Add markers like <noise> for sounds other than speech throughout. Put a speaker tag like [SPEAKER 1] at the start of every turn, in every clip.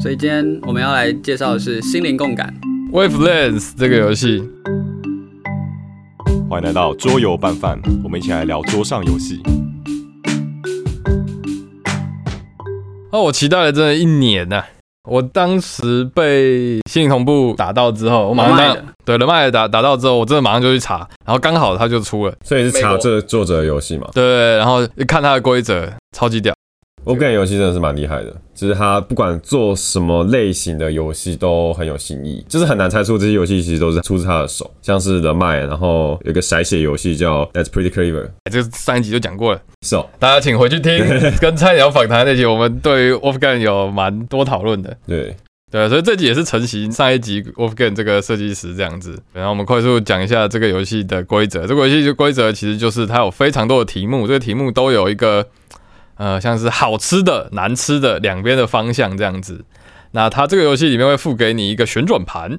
[SPEAKER 1] 所以今天我们要来介绍的是心灵共感。
[SPEAKER 2] Wavelength 这个游戏，
[SPEAKER 3] 欢迎来到桌游拌饭，我们一起来聊桌上游戏。
[SPEAKER 2] 哦，我期待了真的一年呐、我当时被心灵同步打到之后，我马上
[SPEAKER 1] 卖
[SPEAKER 2] 当
[SPEAKER 1] 的
[SPEAKER 2] 对人脉打打到之后，我真的马上就去查，然后刚好它就出了，
[SPEAKER 4] 所以是
[SPEAKER 1] 美
[SPEAKER 4] 查
[SPEAKER 1] 国
[SPEAKER 4] 这作者的游戏嘛？
[SPEAKER 2] 对，然后一看它的规则，超级屌，
[SPEAKER 4] 我感觉游戏真的是蛮厉害的，就是他不管做什么类型的游戏都很有新意，就是很难猜出这些游戏其实都是出自他的手，像是 The Mind，然后有一个骰血游戏叫 That's Pretty Clever，
[SPEAKER 2] 哎这个上一集就讲过了，
[SPEAKER 4] 是哦，
[SPEAKER 2] 大家请回去听
[SPEAKER 1] <laughs>
[SPEAKER 2] 跟菜鸟访谈那集，我们对于 Wolfgang 有蛮多讨论的。
[SPEAKER 4] 对，
[SPEAKER 2] 对，啊所以这集也是承袭上一集 Wolfgang 这个设计师这样子。然后我们快速讲一下这个游戏的规则。这个游戏的规则其实就是它有非常多的题目，这个题目都有一个呃像是好吃的、难吃的两边的方向这样子。那它这个游戏里面会附给你一个旋转盘，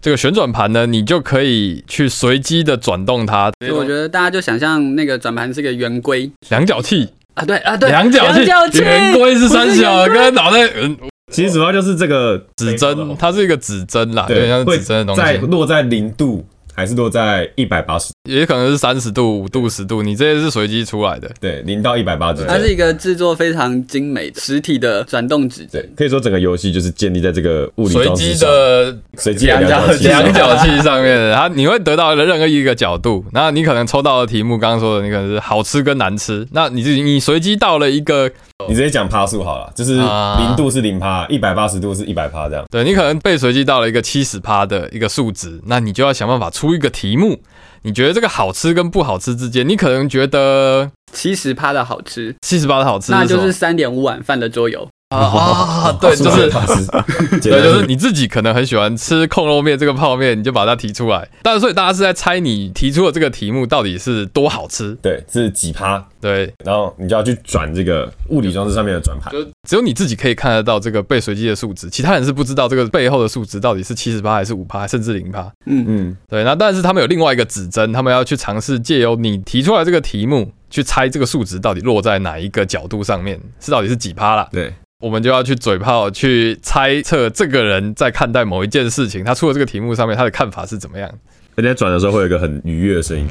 [SPEAKER 2] 这个旋转盘呢，你就可以去随机的转动它。
[SPEAKER 1] 所以我觉得大家就想象那个转盘是个圆规
[SPEAKER 2] 两脚气，
[SPEAKER 1] 啊，对啊，对，
[SPEAKER 2] 两脚气，圆规是三小，跟脑袋嗯
[SPEAKER 4] 其实主要就是这个
[SPEAKER 2] 指针，它是一个指针啦，有点
[SPEAKER 4] 对，
[SPEAKER 2] 像
[SPEAKER 4] 会
[SPEAKER 2] 指针的东
[SPEAKER 4] 在
[SPEAKER 2] 西，
[SPEAKER 4] 落在零度还是落在一百八十？
[SPEAKER 2] 也可能是三十度、五度、十度，你这些是随机出来的。
[SPEAKER 4] 对，零到一百八之
[SPEAKER 1] 它
[SPEAKER 4] 间。
[SPEAKER 1] 是一个制作非常精美的实体的转动指针
[SPEAKER 4] 对。，可以说整个游戏就是建立在这个物理
[SPEAKER 2] 随
[SPEAKER 4] 装置
[SPEAKER 2] 机
[SPEAKER 4] 上
[SPEAKER 2] 的
[SPEAKER 4] 随机的两脚器
[SPEAKER 2] 两
[SPEAKER 4] 上，
[SPEAKER 2] 角器上面，它你会得到任何一个角度，那你可能抽到的题目，刚刚说的，你可能是好吃跟难吃，那你自己你随机到了一个，
[SPEAKER 4] 你直接讲趴数好了，就是
[SPEAKER 2] 啊
[SPEAKER 4] 零度是零趴，一百八十度是一百趴这样。
[SPEAKER 2] 对你可能被随机到了一个七十趴的一个数值，那你就要想办法出一个题目，你觉得这个好吃跟不好吃之间，你可能觉得
[SPEAKER 1] 七十趴的好吃，
[SPEAKER 2] 七十八的好吃什么，
[SPEAKER 1] 那就是三点五碗饭的桌游。哦
[SPEAKER 2] 啊啊，对，就
[SPEAKER 4] 就是
[SPEAKER 2] 是。 <laughs>
[SPEAKER 4] 是，
[SPEAKER 2] 对，就是你自己可能很喜欢吃控肉面这个泡面，你就把它提出来。但所以大家是在猜你提出的这个题目到底是多好吃。
[SPEAKER 4] 对，是几趴，
[SPEAKER 2] 对，
[SPEAKER 4] 然后你就要去转这个物理装置上面的转盘。
[SPEAKER 2] 就只有你自己可以看得到这个被随机的数值，其他人是不知道这个背后的数值到底是七十八还是五趴，甚至零趴。
[SPEAKER 4] 嗯，
[SPEAKER 2] 对，那但是他们有另外一个指针，他们要去尝试借由你提出来这个题目，去猜这个数值到底落在哪一个角度上面，是到底是几趴啦。
[SPEAKER 4] 对，
[SPEAKER 2] 我们就要去嘴炮去猜测这个人在看待某一件事情，他出了这个题目上面他的看法是怎么样。
[SPEAKER 4] 而且转的时候会有一个很愉悦的声音。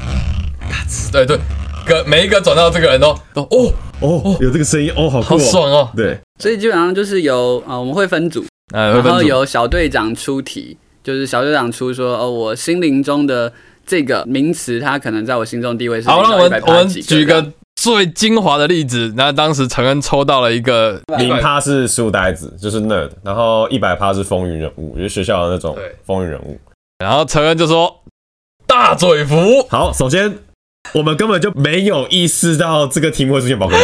[SPEAKER 2] 对对，个每一个转到这个人都都哦，
[SPEAKER 4] 哦，有这个声音，哦，好酷
[SPEAKER 2] 好
[SPEAKER 4] 哦
[SPEAKER 2] 爽哦。
[SPEAKER 4] 对，
[SPEAKER 1] 所以基本上就是由啊、呃我们会分组，
[SPEAKER 2] 呃，会
[SPEAKER 1] 然
[SPEAKER 2] 分
[SPEAKER 1] 后
[SPEAKER 2] 组
[SPEAKER 1] 由小队长出题，就是小队长出说哦，我心灵中的这个名词，它可能在我心中地位是
[SPEAKER 2] 好，
[SPEAKER 1] 零
[SPEAKER 2] 那
[SPEAKER 1] 到
[SPEAKER 2] 我们
[SPEAKER 1] 180
[SPEAKER 2] 我们
[SPEAKER 1] 几
[SPEAKER 2] 举
[SPEAKER 1] 这样
[SPEAKER 2] 个最精华的例子，那当时陈恩抽到了一个
[SPEAKER 4] 零趴是书呆子，就是 nerd，然后一百趴是风云人物，就是学校的那种
[SPEAKER 2] 对
[SPEAKER 4] 风云人物。
[SPEAKER 2] 然后陈恩就说大嘴服，
[SPEAKER 4] 好，首先我们根本就没有意识到这个题目会出现宝可梦，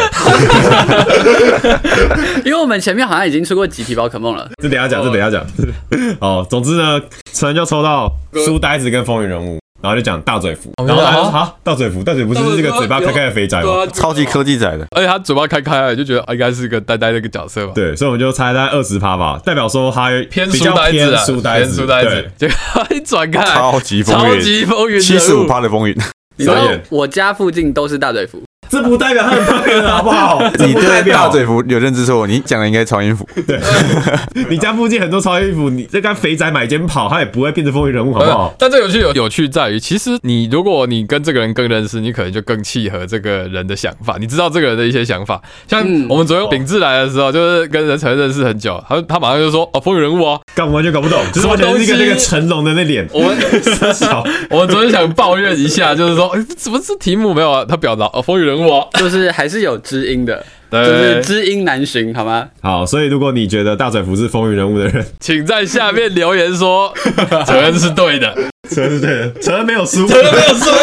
[SPEAKER 1] 因为我们前面好像已经出过几题宝可梦了，
[SPEAKER 4] 这等一下讲，这等一下讲。 <laughs> 哦，总之呢，陈就抽到书呆子跟风云人物，然后就讲大嘴服，
[SPEAKER 2] 哦
[SPEAKER 4] 然后他就
[SPEAKER 2] 好
[SPEAKER 4] 说好，大嘴服，大嘴服是这个
[SPEAKER 2] 啊
[SPEAKER 4] 嘴巴开开的肥宅吗？
[SPEAKER 3] 超级科技仔的，
[SPEAKER 2] 而且他嘴巴开开了，就觉得啊应该是个呆呆的一个角色吧。
[SPEAKER 4] 对，所以我们就猜大概二十趴吧，代表说他
[SPEAKER 2] 偏
[SPEAKER 4] 比
[SPEAKER 2] 书
[SPEAKER 4] 较
[SPEAKER 2] 呆子
[SPEAKER 4] 偏
[SPEAKER 2] 啊，
[SPEAKER 4] 书呆
[SPEAKER 2] 偏
[SPEAKER 4] 子，
[SPEAKER 2] 书呆
[SPEAKER 4] 对
[SPEAKER 2] 子，，结果他一转开，
[SPEAKER 3] 超级
[SPEAKER 2] 超
[SPEAKER 3] 风云，
[SPEAKER 2] 级风云人物，
[SPEAKER 3] 七十五趴的风云，
[SPEAKER 1] 你知道
[SPEAKER 4] 傻眼
[SPEAKER 1] 我家附近都是大嘴服，
[SPEAKER 4] 这不代表他很特别的好不好？
[SPEAKER 3] <laughs> 你
[SPEAKER 4] 这不代
[SPEAKER 3] 对大
[SPEAKER 4] 表
[SPEAKER 3] 嘴服有认知错，你讲的应该超音符，
[SPEAKER 4] 你家附近很多超衣服，你这跟肥宅买间跑，他也不会变成风云人物，好不好？
[SPEAKER 2] 呃但这有趣有有趣在于，其实你如果你跟这个人更认识，你可能就更契合这个人的想法，你知道这个人的一些想法。像
[SPEAKER 1] 嗯
[SPEAKER 2] 我们昨天秉志来的时候，就是跟任晨认识很久，他他马上就说哦，风云人物哦，
[SPEAKER 4] 干我完全搞不懂，就是完全是一个那个成龙的那脸，
[SPEAKER 2] 我们
[SPEAKER 4] <laughs> 小
[SPEAKER 2] 我们昨天想抱怨一下，就是说哎怎么这题目没有啊？他表达哦，风云人物哦，
[SPEAKER 1] 就是还是有知音
[SPEAKER 2] <laughs>
[SPEAKER 1] 的，就
[SPEAKER 2] 对
[SPEAKER 1] 是知音难寻，好吗？
[SPEAKER 4] 好，所以如果你觉得大嘴服是风云人物的人，
[SPEAKER 2] 请在下面留言说承恩是对的，
[SPEAKER 4] <laughs> 承认是对的，承认没有输。 <laughs>
[SPEAKER 2] 没有说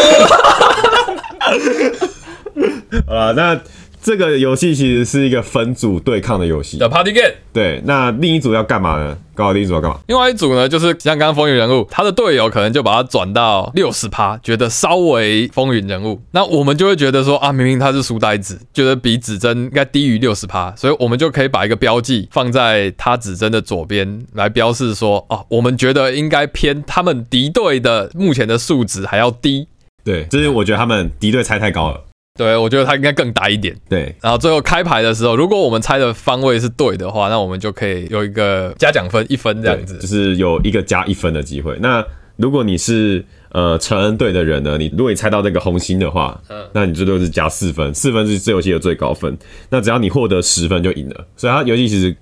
[SPEAKER 4] 啊，那这个游戏其实是一个分组对抗的游戏
[SPEAKER 2] 的。Party Game。对
[SPEAKER 4] 对，那另一组要干嘛呢？搞好另一组要干嘛？
[SPEAKER 2] 另外一组呢，就是像刚刚风云人物，他的队友可能就把他转到六十趴，觉得稍微风云人物。那我们就会觉得说啊，明明他是书呆子，觉得比指针应该低于六十趴，所以我们就可以把一个标记放在他指针的左边，来标示说啊，我们觉得应该偏他们敌对的目前的数值还要低。
[SPEAKER 4] 对，就是我觉得他们敌对猜太高了，
[SPEAKER 2] 对，我觉得它应该更大一点。
[SPEAKER 4] 对，
[SPEAKER 2] 然后最后开牌的时候，如果我们猜的方位是对的话，那我们就可以有一个加奖分一分这
[SPEAKER 4] 对，
[SPEAKER 2] 样子
[SPEAKER 4] 就。是有一个加一分的机会。那如果你是呃承恩队的人呢，你如果你猜到这个红心的话，
[SPEAKER 2] 嗯
[SPEAKER 4] 那你最多是加四分，四分是这游戏的最高分。那只要你获得十分就赢了，所以它游戏其实。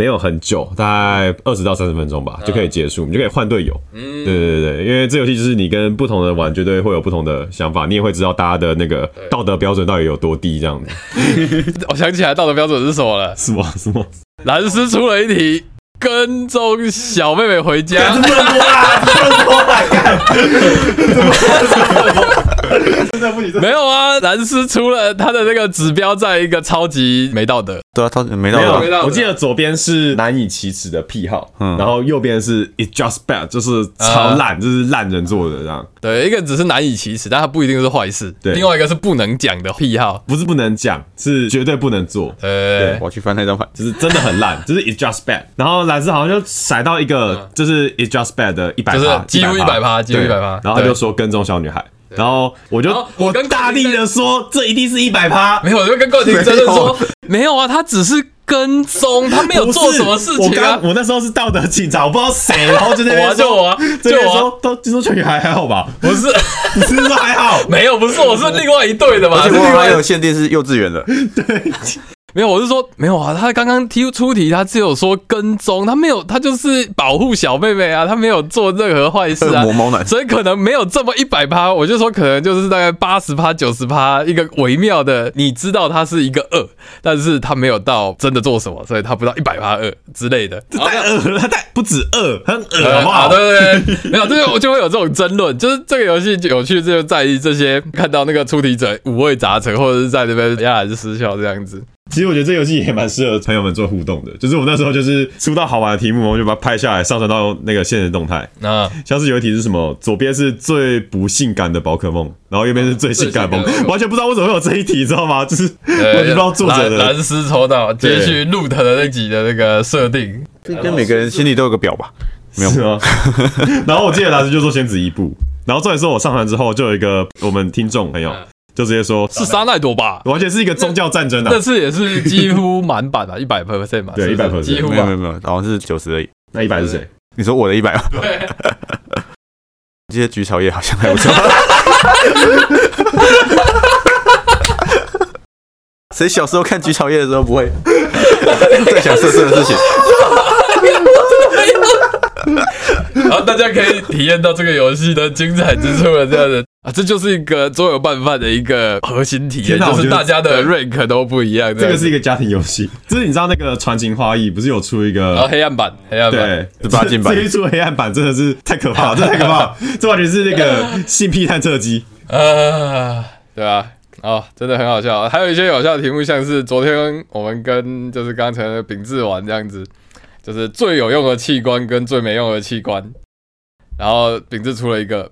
[SPEAKER 4] 没有很久，大概二十到三十分钟
[SPEAKER 2] 嗯
[SPEAKER 4] 吧，就可以结束，你就可以换队友。嗯，对对对，因为这游戏就是你跟不同的玩，绝对会有不同的想法，你也会知道大家的那个道德标准到底有多低，这样子。
[SPEAKER 2] 我想起来道德标准是什么了，
[SPEAKER 4] 什么什么？
[SPEAKER 2] 蓝斯出了一题。跟踪小妹妹回家，
[SPEAKER 4] 真的不行，
[SPEAKER 2] 没有啊？蓝斯出了他的那个指标，在一个超级没道德，
[SPEAKER 5] 对啊，他没到
[SPEAKER 4] 没
[SPEAKER 5] 吧
[SPEAKER 2] 没到嗯
[SPEAKER 4] 有，我记得左边是难以启齿的癖好，然后右边是 it just bad，就是超
[SPEAKER 2] 呃
[SPEAKER 4] 烂，就是烂人做的这样，
[SPEAKER 2] 对，一个只是难以启齿，但它不一定是坏事。
[SPEAKER 4] 对
[SPEAKER 2] 另外一个是不能讲的癖好，
[SPEAKER 4] 不是不能讲，是绝对不能做，
[SPEAKER 2] 呃，
[SPEAKER 5] 我要去翻那张牌，
[SPEAKER 4] 就是真的很烂，就是 <laughs> it just bad。然后蓝斯好像就甩到一个，就是 it just bad 的一百
[SPEAKER 2] 嗯就是
[SPEAKER 4] 趴，
[SPEAKER 2] 几乎
[SPEAKER 4] 100%
[SPEAKER 2] 100%几乎
[SPEAKER 4] 对
[SPEAKER 2] 100%
[SPEAKER 4] 然后他就说跟踪小女孩，然后我就
[SPEAKER 2] 然后我跟
[SPEAKER 4] 大力的说，这一定是一百趴。
[SPEAKER 2] 没有，我就跟冠廷真的说，没有啊，他只是跟踪，他没有做
[SPEAKER 4] 不是
[SPEAKER 2] 什么事情啊
[SPEAKER 4] 我刚。我那时候是道德警察，我不知道谁，然后就在那
[SPEAKER 2] 我
[SPEAKER 4] 边
[SPEAKER 2] 啊，就
[SPEAKER 4] 说，
[SPEAKER 2] 我啊，
[SPEAKER 4] 这
[SPEAKER 2] 就
[SPEAKER 4] 边
[SPEAKER 2] 我啊，
[SPEAKER 4] 说，都听说小女孩还好吧？
[SPEAKER 2] 不是，
[SPEAKER 4] 你 <laughs> 是不是说还
[SPEAKER 2] <laughs>
[SPEAKER 4] 好？
[SPEAKER 2] 没有，不是，我是另外一队的嘛，
[SPEAKER 5] 而
[SPEAKER 2] 是
[SPEAKER 5] 且
[SPEAKER 2] 另
[SPEAKER 5] 我还
[SPEAKER 2] 外
[SPEAKER 5] 有限定是幼稚园的，
[SPEAKER 2] 没有，我是说没有啊，他刚刚提出题，他只有说跟踪，他没有，他就是保护小妹妹啊，他没有做任何坏事啊
[SPEAKER 5] 恶魔。猫男，
[SPEAKER 2] 所以可能没有这么一百趴，我就说可能就是大概八十趴、九十趴，一个微妙的，你知道他是一个恶，但是他没有到真的做什么，所以他不到一百趴恶之类的。
[SPEAKER 4] 这太恶了，他太不止恶，很恶，
[SPEAKER 2] 啊呃
[SPEAKER 4] 好不好？
[SPEAKER 2] 对对对，没有，这个我就会有这种争论，就是这个游戏有趣，就在于这些看到那个出题者五味杂陈，或者是在那边压然失效这样子。
[SPEAKER 4] 其实我觉得这游戏也蛮适合朋友们做互动的，就是我那时候就是出到好玩的题目，我就把它拍下来上传到那个现实动态。
[SPEAKER 2] 那
[SPEAKER 4] 像是有一题是什么，左边是最不性感的宝可梦，然后右边是最性感的宝
[SPEAKER 2] 最性
[SPEAKER 4] 可
[SPEAKER 2] 感的宝可
[SPEAKER 4] 梦，
[SPEAKER 2] 梦
[SPEAKER 4] 完全不知道为什么会有这一题，知道吗？就是 <laughs> 我也不知道作者
[SPEAKER 2] 呃蓝
[SPEAKER 4] 的
[SPEAKER 2] 蓝丝抽到，接
[SPEAKER 4] 对
[SPEAKER 2] 续 root 的那集的那个设定，
[SPEAKER 5] 这跟每个人心里都有个表吧？没有
[SPEAKER 4] 是吗？ <laughs> 然后我记得老师就说先止一步，然后重点是我上传之后，就有一个我们听众朋友就直接说，
[SPEAKER 2] 是沙奈朵吧？
[SPEAKER 4] 完全是一个宗教战争啊
[SPEAKER 2] 那！次也是几乎满版啊，一百 percent 嘛，
[SPEAKER 4] 对
[SPEAKER 2] 是不是
[SPEAKER 4] 100%
[SPEAKER 2] 几乎
[SPEAKER 5] 没有没
[SPEAKER 2] 啊
[SPEAKER 5] 有。没有，好像是九十而已。
[SPEAKER 4] 那一百是谁？
[SPEAKER 5] 你说我的一百吗？
[SPEAKER 2] 对
[SPEAKER 5] 这些菊草叶好像还不错。谁小时候看菊草叶的时候不会在想色色的事情？
[SPEAKER 2] 然后大家可以体验到这个游戏的精彩之处了，这样子啊，这就是一个桌游拌饭的一个核心体验，
[SPEAKER 4] 天哪
[SPEAKER 2] 就是
[SPEAKER 4] 我觉得
[SPEAKER 2] 大家的 rank 都不一样。
[SPEAKER 4] 这
[SPEAKER 2] 样
[SPEAKER 4] 个
[SPEAKER 2] 子
[SPEAKER 4] 是一个家庭游戏，就是你知道那个传情花艺不是有出一个
[SPEAKER 2] 然后黑暗版，黑暗版，
[SPEAKER 4] 对，
[SPEAKER 5] 是八禁版
[SPEAKER 4] 这一出黑暗版真的是太可怕了，这太可怕了，这完全是那个性癖探测机。
[SPEAKER 5] 呃
[SPEAKER 2] 啊，对啊。哦，真的很好笑，还有一些有效的题目，像是昨天我们跟就是刚才的秉志玩这样子，就是最有用的器官跟最没用的器官，然后秉志出了一个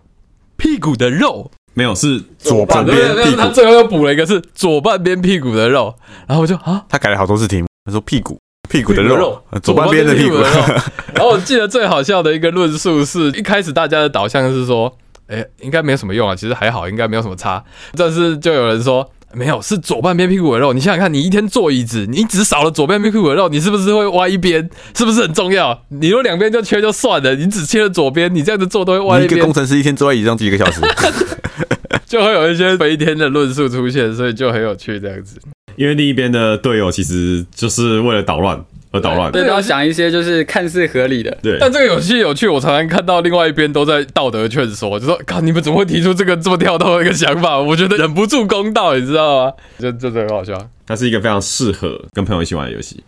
[SPEAKER 2] 屁股的肉，
[SPEAKER 4] 没有，是
[SPEAKER 5] 左半
[SPEAKER 2] 对对
[SPEAKER 5] 边
[SPEAKER 2] 对，
[SPEAKER 5] 屁
[SPEAKER 2] 他
[SPEAKER 5] 股，
[SPEAKER 2] 最后又补了一个是左半边屁股的肉，然后我就啊，
[SPEAKER 5] 他改了好多次题目。他说屁股，屁股
[SPEAKER 2] 屁股的
[SPEAKER 5] 的肉
[SPEAKER 2] 肉，
[SPEAKER 5] 呃左半边的屁股
[SPEAKER 2] 左。半边的屁股的肉然后我记得最好笑的一个论述是，一开始大家的导向是说，哎、应该没有什么用啊，其实还好，应该没有什么差。但是就有人说。没有，是左半边屁股的肉。你想想看，你一天坐椅子，你只少了左半边屁股的肉，你是不是会歪一边？是不是很重要？你如果两边就缺就算了，你只切了左边，你这样子做都会歪
[SPEAKER 5] 你
[SPEAKER 2] 一
[SPEAKER 5] 一个
[SPEAKER 2] 边
[SPEAKER 5] 工，程师一天坐在椅子上几个小时，
[SPEAKER 2] 就会有一些飞天的论述出现，所以就很有趣这样子。
[SPEAKER 4] 因为另一边的队友其实就是为了捣乱而捣乱。
[SPEAKER 1] 对，都要想一些就是看似合理的。
[SPEAKER 4] 对，
[SPEAKER 2] 但这个游戏有趣，我常常看到另外一边都在道德劝说，就说：“靠，你们怎么会提出这个这么跳动的一个想法？”我觉得忍不住公道，你知道吗？ <laughs> 就就这很好笑
[SPEAKER 4] 它是一个非常适合跟朋友一起玩的游戏。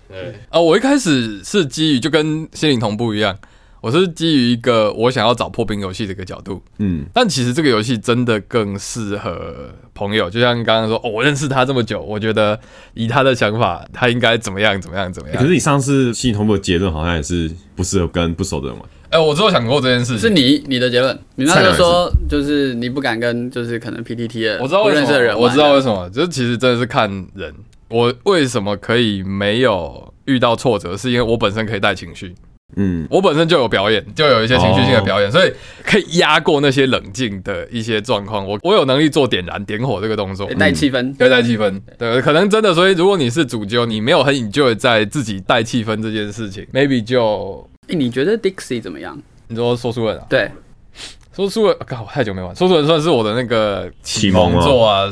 [SPEAKER 2] 啊！我一开始是基于就跟心灵同步一样，我是基于一个我想要找破冰游戏的一个角度，
[SPEAKER 4] 嗯，
[SPEAKER 2] 但其实这个游戏真的更适合朋友，就像刚刚说，哦，我认识他这么久，我觉得以他的想法，他应该怎么样怎么样怎么
[SPEAKER 4] 哎可
[SPEAKER 2] 样。
[SPEAKER 4] 是你上次心理同步的结论好像也是不适合跟不熟的人玩。
[SPEAKER 2] 哎、我之后想过这件事情，
[SPEAKER 1] 是你你的结论，你那时候说就是你不敢跟就是可能 PTT 的
[SPEAKER 2] 我知道
[SPEAKER 1] 不
[SPEAKER 2] 为什
[SPEAKER 1] 认识
[SPEAKER 2] 么，
[SPEAKER 1] 的人玩，啊
[SPEAKER 2] 我知道为什么，就是其实真的是看人。我为什么可以没有遇到挫折，是因为我本身可以带情绪。
[SPEAKER 5] 嗯，
[SPEAKER 2] 我本身就有表演，就有一些情绪性
[SPEAKER 1] 哦
[SPEAKER 2] 的表演，所以可以压过那些冷静的一些状况。我我有能力做点燃、点火这个动作
[SPEAKER 1] 诶，哎带气氛。
[SPEAKER 2] 对，带气氛，对，可能真的。所以如果你是主揪，你没有很 enjoy 在自己带气氛这件事情，maybe 就
[SPEAKER 1] 诶你觉得 Dixie 怎么样？
[SPEAKER 2] 你说说书人啊，
[SPEAKER 1] 对，
[SPEAKER 2] 说书人，啊靠，我太久没玩，说书人算是我的那个
[SPEAKER 4] 启蒙吗
[SPEAKER 2] 作啊，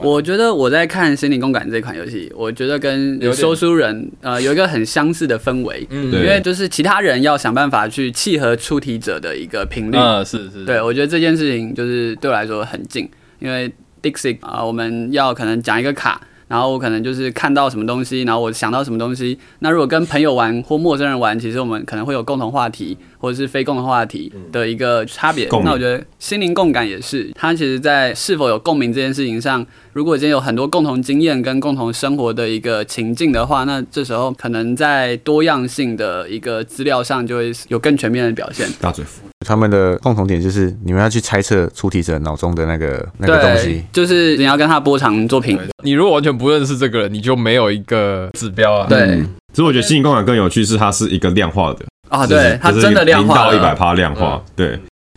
[SPEAKER 1] 我觉得我在看《心灵共感》这款游戏，我觉得跟
[SPEAKER 2] 有点
[SPEAKER 1] 说书人呃有一个很相似的氛围，
[SPEAKER 2] 嗯，
[SPEAKER 1] 因
[SPEAKER 4] 对
[SPEAKER 1] 为就是其他人要想办法去契合出题者的一个频率。
[SPEAKER 2] 嗯，是是，
[SPEAKER 1] 对，我觉得这件事情就是对我来说很近，因为 Dixie 啊、我们要可能讲一个卡，然后我可能就是看到什么东西，然后我想到什么东西。那如果跟朋友玩或陌生人玩，其实我们可能会有共同话题或者是非共同话题的一个差别。
[SPEAKER 4] 共鸣
[SPEAKER 1] 那我觉得心灵共感也是，它其实在是否有共鸣这件事情上，如果已经有很多共同经验跟共同生活的一个情境的话，那这时候可能在多样性的一个资料上就会有更全面的表现。
[SPEAKER 4] 大嘴夫，
[SPEAKER 5] 他们的共同点就是你们要去猜测出题者脑中的那个那个东西。
[SPEAKER 1] 就是你要跟他波长作品
[SPEAKER 2] 对，你如果完全不认识这个人，你就没有一个指标啊。
[SPEAKER 1] 对
[SPEAKER 5] 嗯
[SPEAKER 4] 所以我觉得心灵共感更有趣，是它是一个量化的，
[SPEAKER 1] 啊，
[SPEAKER 4] 就是
[SPEAKER 1] 对，它
[SPEAKER 4] 就是
[SPEAKER 1] 真的量化
[SPEAKER 4] 零到一百
[SPEAKER 1] 了，嗯
[SPEAKER 4] 趴量化，对。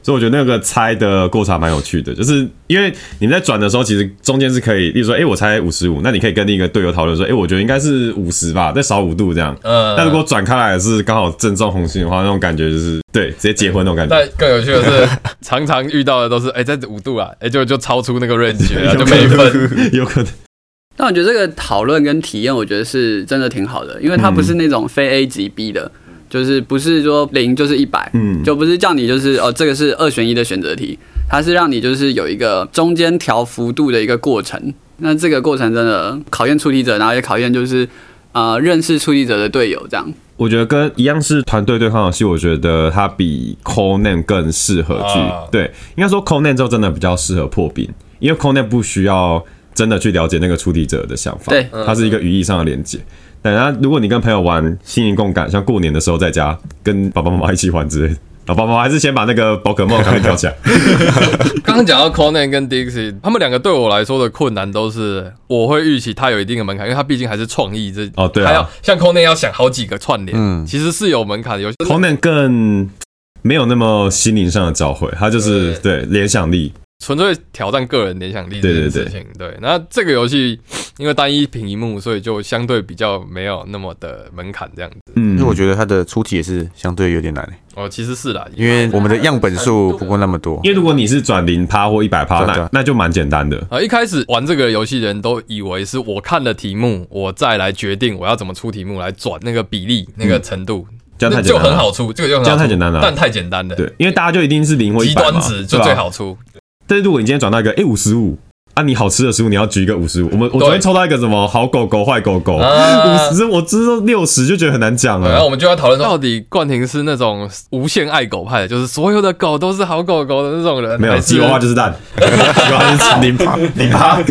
[SPEAKER 4] 所以我觉得那个猜的过程还蛮有趣的，就是因为你们在转的时候，其实中间是可以，例如说，哎、我猜五十五，那你可以跟另一个队友讨论说，哎、我觉得应该是五十吧，再少五度这样。
[SPEAKER 2] 嗯，
[SPEAKER 4] 那如果转开来是刚好正中红心的话，那种感觉就是对，直接结婚那种感觉。
[SPEAKER 2] 但更有趣的是， <laughs> 常常遇到的都是哎，在五度啊，哎就就超出那个 range 了，就没分。
[SPEAKER 4] <laughs> 分，有可能。
[SPEAKER 1] 但我觉得这个讨论跟体验，我觉得是真的挺好的，因为它不是那种非 A 即 B 的，就是不是说零就是一百，
[SPEAKER 4] 嗯
[SPEAKER 1] 就不是叫你就是哦，这个是二选一的选择题，它是让你就是有一个中间调幅度的一个过程。那这个过程真的考验出题者，然后也考验就是呃认识出题者的队友这样。
[SPEAKER 4] 我觉得跟一样是团队对抗游戏，我觉得它比 Conan 更适合去、
[SPEAKER 2] 啊
[SPEAKER 4] 对，应该说 Conan 就真的比较适合破冰，因为 Conan 不需要真的去了解那个出题者的想法，
[SPEAKER 1] 对
[SPEAKER 4] 它是一个语义上的连接。但然后如果你跟朋友玩心灵共感，像过年的时候在家跟爸爸妈妈一起玩之类的，啊，爸爸妈妈还是先把那个宝
[SPEAKER 5] <laughs>
[SPEAKER 4] 可梦赶快挑起来，
[SPEAKER 2] 刚刚讲到 Conan 跟 Dixie，他们两个对我来说的困难都是，我会预期他有一定的门槛，因为他毕竟还是创意这
[SPEAKER 4] 哦对啊
[SPEAKER 2] 还要像 Conan 要想好几个串联，
[SPEAKER 5] 嗯
[SPEAKER 2] 其实是有门槛的。有些
[SPEAKER 4] Conan 更没有那么心灵上的召回，它就是对联想力，
[SPEAKER 2] 纯粹挑战个人联想力这件事情。对，那这个游戏因为单一屏一幕，所以就相对比较没有那么的门槛这样子。
[SPEAKER 4] 嗯
[SPEAKER 5] 因为我觉得它的出题也是相对有点难，欸
[SPEAKER 2] 哦，其实是啦，
[SPEAKER 5] 因为我们的样本数不过那么多。
[SPEAKER 4] 因为如果你是转零趴或一百趴，
[SPEAKER 5] 对对
[SPEAKER 4] 那
[SPEAKER 5] 啊
[SPEAKER 4] 那就蛮简单的。
[SPEAKER 2] 呃，一开始玩这个游戏的人都以为是我看了题目，我再来决定我要怎么出题目来转那个比例、那个程度，
[SPEAKER 4] 嗯这样
[SPEAKER 2] 那
[SPEAKER 4] 太
[SPEAKER 2] 就
[SPEAKER 4] 简单
[SPEAKER 2] 很
[SPEAKER 4] 了
[SPEAKER 2] 好出，这个就很好
[SPEAKER 4] 这样
[SPEAKER 2] 出
[SPEAKER 4] 太简单了
[SPEAKER 2] 但太简单了，
[SPEAKER 4] 对，因为大家就一定是零或一
[SPEAKER 2] 极
[SPEAKER 4] 百
[SPEAKER 2] 端
[SPEAKER 4] 嘛，
[SPEAKER 2] 值就
[SPEAKER 4] 对吧
[SPEAKER 2] 最。好出，
[SPEAKER 4] 但是如果你今天转到一个哎五十五啊，你好吃的食物你要举一个五十五。我们我昨天抽到一个什么好狗狗坏狗狗，
[SPEAKER 2] 啊
[SPEAKER 4] 五十我知道六十就觉得很难讲
[SPEAKER 2] 然后我
[SPEAKER 4] 了。
[SPEAKER 2] 们就要讨论说到底冠廷是那种无限爱狗派的，就是所有的狗都是好狗狗的那种人，
[SPEAKER 4] 没有，
[SPEAKER 2] 还是
[SPEAKER 4] 吉娃娃就
[SPEAKER 2] <laughs>
[SPEAKER 4] 是蛋，吉娃娃就是零趴零趴，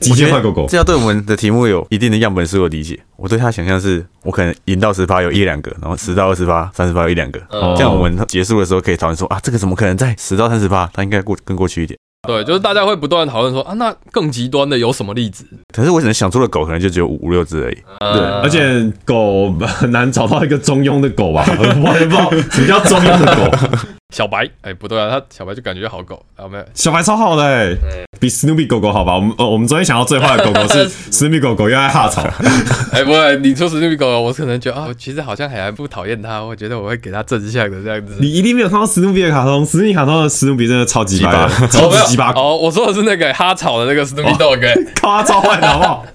[SPEAKER 4] 极限坏狗狗。
[SPEAKER 5] 这要对我们的题目有一定的样本数的理解。我对他想象是，我可能赢到十趴有一两个，然后十到二十趴、三十趴有一两个，
[SPEAKER 4] 哦
[SPEAKER 2] 嗯
[SPEAKER 5] 这样我们结束的时候可以讨论说啊，这个怎么可能在十到三十趴？它应该过更过去一点。
[SPEAKER 2] 对，就是大家会不断地讨论说啊，那更极端的有什么例子？
[SPEAKER 5] 可是我只能想出的狗可能就只有五五六只而已。
[SPEAKER 2] 啊
[SPEAKER 4] 对，而且狗很难找到一个中庸的
[SPEAKER 2] <laughs>
[SPEAKER 4] 狗吧？我也不知道什么叫中庸的狗。
[SPEAKER 2] 小白，哎、不对啊，他小白就感觉好狗，啊没有，
[SPEAKER 4] 小白超好的、欸，比 Snoopy 狗狗好吧？我们呃，我们昨天想到最坏的狗狗
[SPEAKER 2] <laughs>
[SPEAKER 4] 是 Snoopy 狗狗，又爱哈草。
[SPEAKER 2] 哎、不会，你说史努比狗，我可能觉得啊，我其实好像还还不讨厌它，我觉得我会给它正向的这样子。
[SPEAKER 4] 你一定没有看到史努比的卡通，史努比卡通的史努比真的超级白， <laughs> 超
[SPEAKER 2] 哦没有
[SPEAKER 4] 级鸡巴，哦靠
[SPEAKER 2] 哦，我说的是那个哈草的那个史努比 dog，哎
[SPEAKER 4] 他超坏的好不好？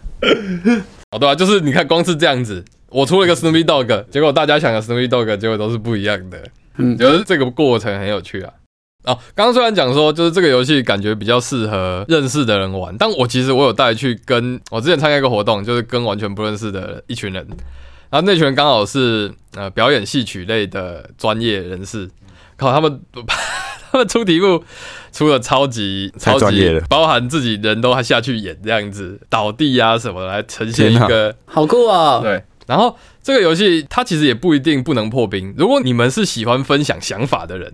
[SPEAKER 2] 哦对啊，就是你看光是这样子，我出了一
[SPEAKER 5] 嗯
[SPEAKER 2] 个史努比 dog，结果大家想的史努比 dog 结果都是不一样的，
[SPEAKER 1] 嗯
[SPEAKER 2] 就是这个过程很有趣啊。哦，刚刚虽然讲说就是这个游戏感觉比较适合认识的人玩，但我其实我有带去跟我之前参加一个活动，就是跟完全不认识的一群人，然后那群人刚好是呃表演戏曲类的专业人士，靠他们 <laughs> 他们出题目出的超级
[SPEAKER 5] 太
[SPEAKER 2] 超
[SPEAKER 5] 专
[SPEAKER 2] 级
[SPEAKER 5] 业了，
[SPEAKER 2] 包含自己人都还下去演这样子倒地啊什么的来呈现一
[SPEAKER 5] 天哪
[SPEAKER 2] 个
[SPEAKER 1] 好酷哦！
[SPEAKER 2] 对，然后这个游戏它其实也不一定不能破冰。如果你们是喜欢分享想法的人，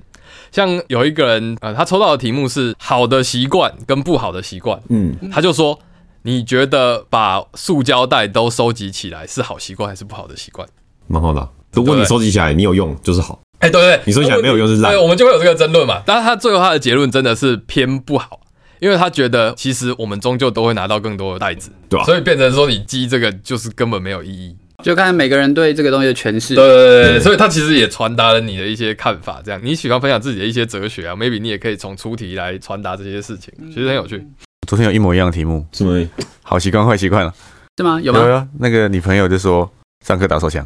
[SPEAKER 2] 像有一个人，呃，他抽到的题目是好的习惯跟不好的习惯，
[SPEAKER 4] 嗯，
[SPEAKER 2] 他就说你觉得把塑胶袋都收集起来是好习惯还是不好的习惯？
[SPEAKER 4] 蛮好的啊，如果你收集起来，你有用就是好。
[SPEAKER 2] 哎、对对对，
[SPEAKER 4] 你收起来没有用是烂
[SPEAKER 2] 对，我们就会有这个争论嘛。但是他最后他的结论真的是偏不好，因为他觉得其实我们终究都会拿到更多的袋子，
[SPEAKER 4] 对啊
[SPEAKER 2] 所以变成说你积这个就是根本没有意义。
[SPEAKER 1] 就看每个人对这个东西的诠释
[SPEAKER 2] 对。对对对，所以他其实也传达了你的一些看法，这样你喜欢分享自己的一些哲学啊，maybe 你也可以从出题来传达这些事情，其实很有趣。
[SPEAKER 5] 昨天有一模一样的题目，
[SPEAKER 4] 什么？
[SPEAKER 5] 好习惯坏习惯了。
[SPEAKER 1] 是吗？有
[SPEAKER 5] 有
[SPEAKER 1] 吗？
[SPEAKER 5] 啊，那个你朋友就说上课打手枪，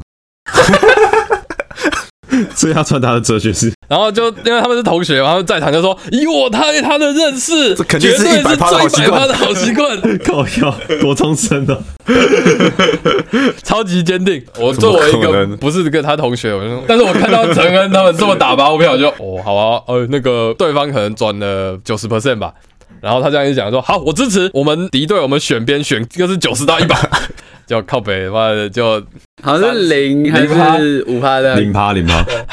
[SPEAKER 4] 所以他传达的哲学是
[SPEAKER 2] <laughs>
[SPEAKER 4] <laughs>
[SPEAKER 2] 然后就因为他们是同学嘛，他们在场就说以我他对他的认识，
[SPEAKER 5] 这肯定
[SPEAKER 2] 绝
[SPEAKER 5] 是
[SPEAKER 2] 对是最
[SPEAKER 5] 100%的好习惯
[SPEAKER 2] 100%的好习惯。
[SPEAKER 4] 靠腰国中生哦的，
[SPEAKER 2] 超级坚定。我作为一
[SPEAKER 5] 怎么可
[SPEAKER 2] 个
[SPEAKER 5] 能
[SPEAKER 2] 不是跟他同学，我就说，但是我看到陈恩他们这么打包票，我就哦，好啊，呃，那个对方可能转了九十 percent 吧。然后他这样一讲说，好，我支持我们敌对，我们选边选，一个是九十到一百， <laughs> 就靠北，妈的就
[SPEAKER 1] 好像是零还是五趴的？
[SPEAKER 4] 零趴零 <laughs> 趴。哎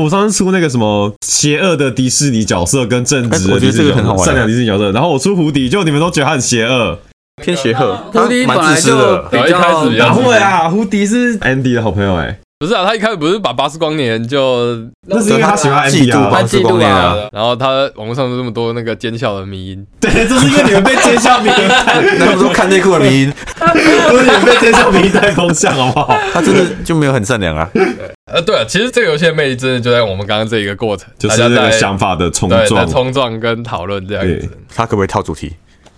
[SPEAKER 4] 我上次出那个什么邪恶的迪士尼角色跟正直
[SPEAKER 5] 哎
[SPEAKER 4] 的
[SPEAKER 5] 我
[SPEAKER 4] 迪
[SPEAKER 5] 觉得
[SPEAKER 4] 士
[SPEAKER 5] 这
[SPEAKER 4] 尼
[SPEAKER 5] 个
[SPEAKER 4] 角
[SPEAKER 5] 很好
[SPEAKER 4] 色，
[SPEAKER 5] 玩
[SPEAKER 4] 善良迪士尼角色，然后我出胡迪，就你们都觉得他很邪恶。
[SPEAKER 5] 偏邪恶，
[SPEAKER 1] 胡迪本
[SPEAKER 5] 蛮
[SPEAKER 1] 来
[SPEAKER 5] 自私
[SPEAKER 1] 就
[SPEAKER 5] 的。
[SPEAKER 1] 比
[SPEAKER 2] 然后一开
[SPEAKER 1] 较
[SPEAKER 2] 始比
[SPEAKER 4] 哪
[SPEAKER 2] 较
[SPEAKER 4] 会啊？胡迪是 Andy 的好朋友哎，
[SPEAKER 2] 不是啊，他一开始不是把巴斯光年就，
[SPEAKER 4] 那是因为他喜欢
[SPEAKER 5] 嫉
[SPEAKER 4] Andy
[SPEAKER 5] 妒
[SPEAKER 4] 啊
[SPEAKER 5] 吧，。
[SPEAKER 1] 他嫉妒啊
[SPEAKER 5] 光
[SPEAKER 2] <laughs>
[SPEAKER 5] 年啊，
[SPEAKER 2] 然后他网络上有这么多那个奸笑的迷音，
[SPEAKER 4] 对，就是因为你们被奸 <laughs> 笑迷，
[SPEAKER 5] 那不是说
[SPEAKER 4] <laughs>
[SPEAKER 5] 看内裤的迷因，
[SPEAKER 4] 不是你们被奸笑 <laughs> 迷带风向好不好？
[SPEAKER 5] 他真的就没有很善良啊。
[SPEAKER 2] 呃，对啊，其实这个游戏的魅力真的就在我们刚刚这一个过程，
[SPEAKER 4] 就是
[SPEAKER 2] 大
[SPEAKER 4] 那
[SPEAKER 2] 家在
[SPEAKER 4] 个想法的冲
[SPEAKER 2] 对在
[SPEAKER 4] 撞。
[SPEAKER 2] 冲撞跟讨论这样
[SPEAKER 4] 对
[SPEAKER 2] 子，
[SPEAKER 5] 他可不可以套主题？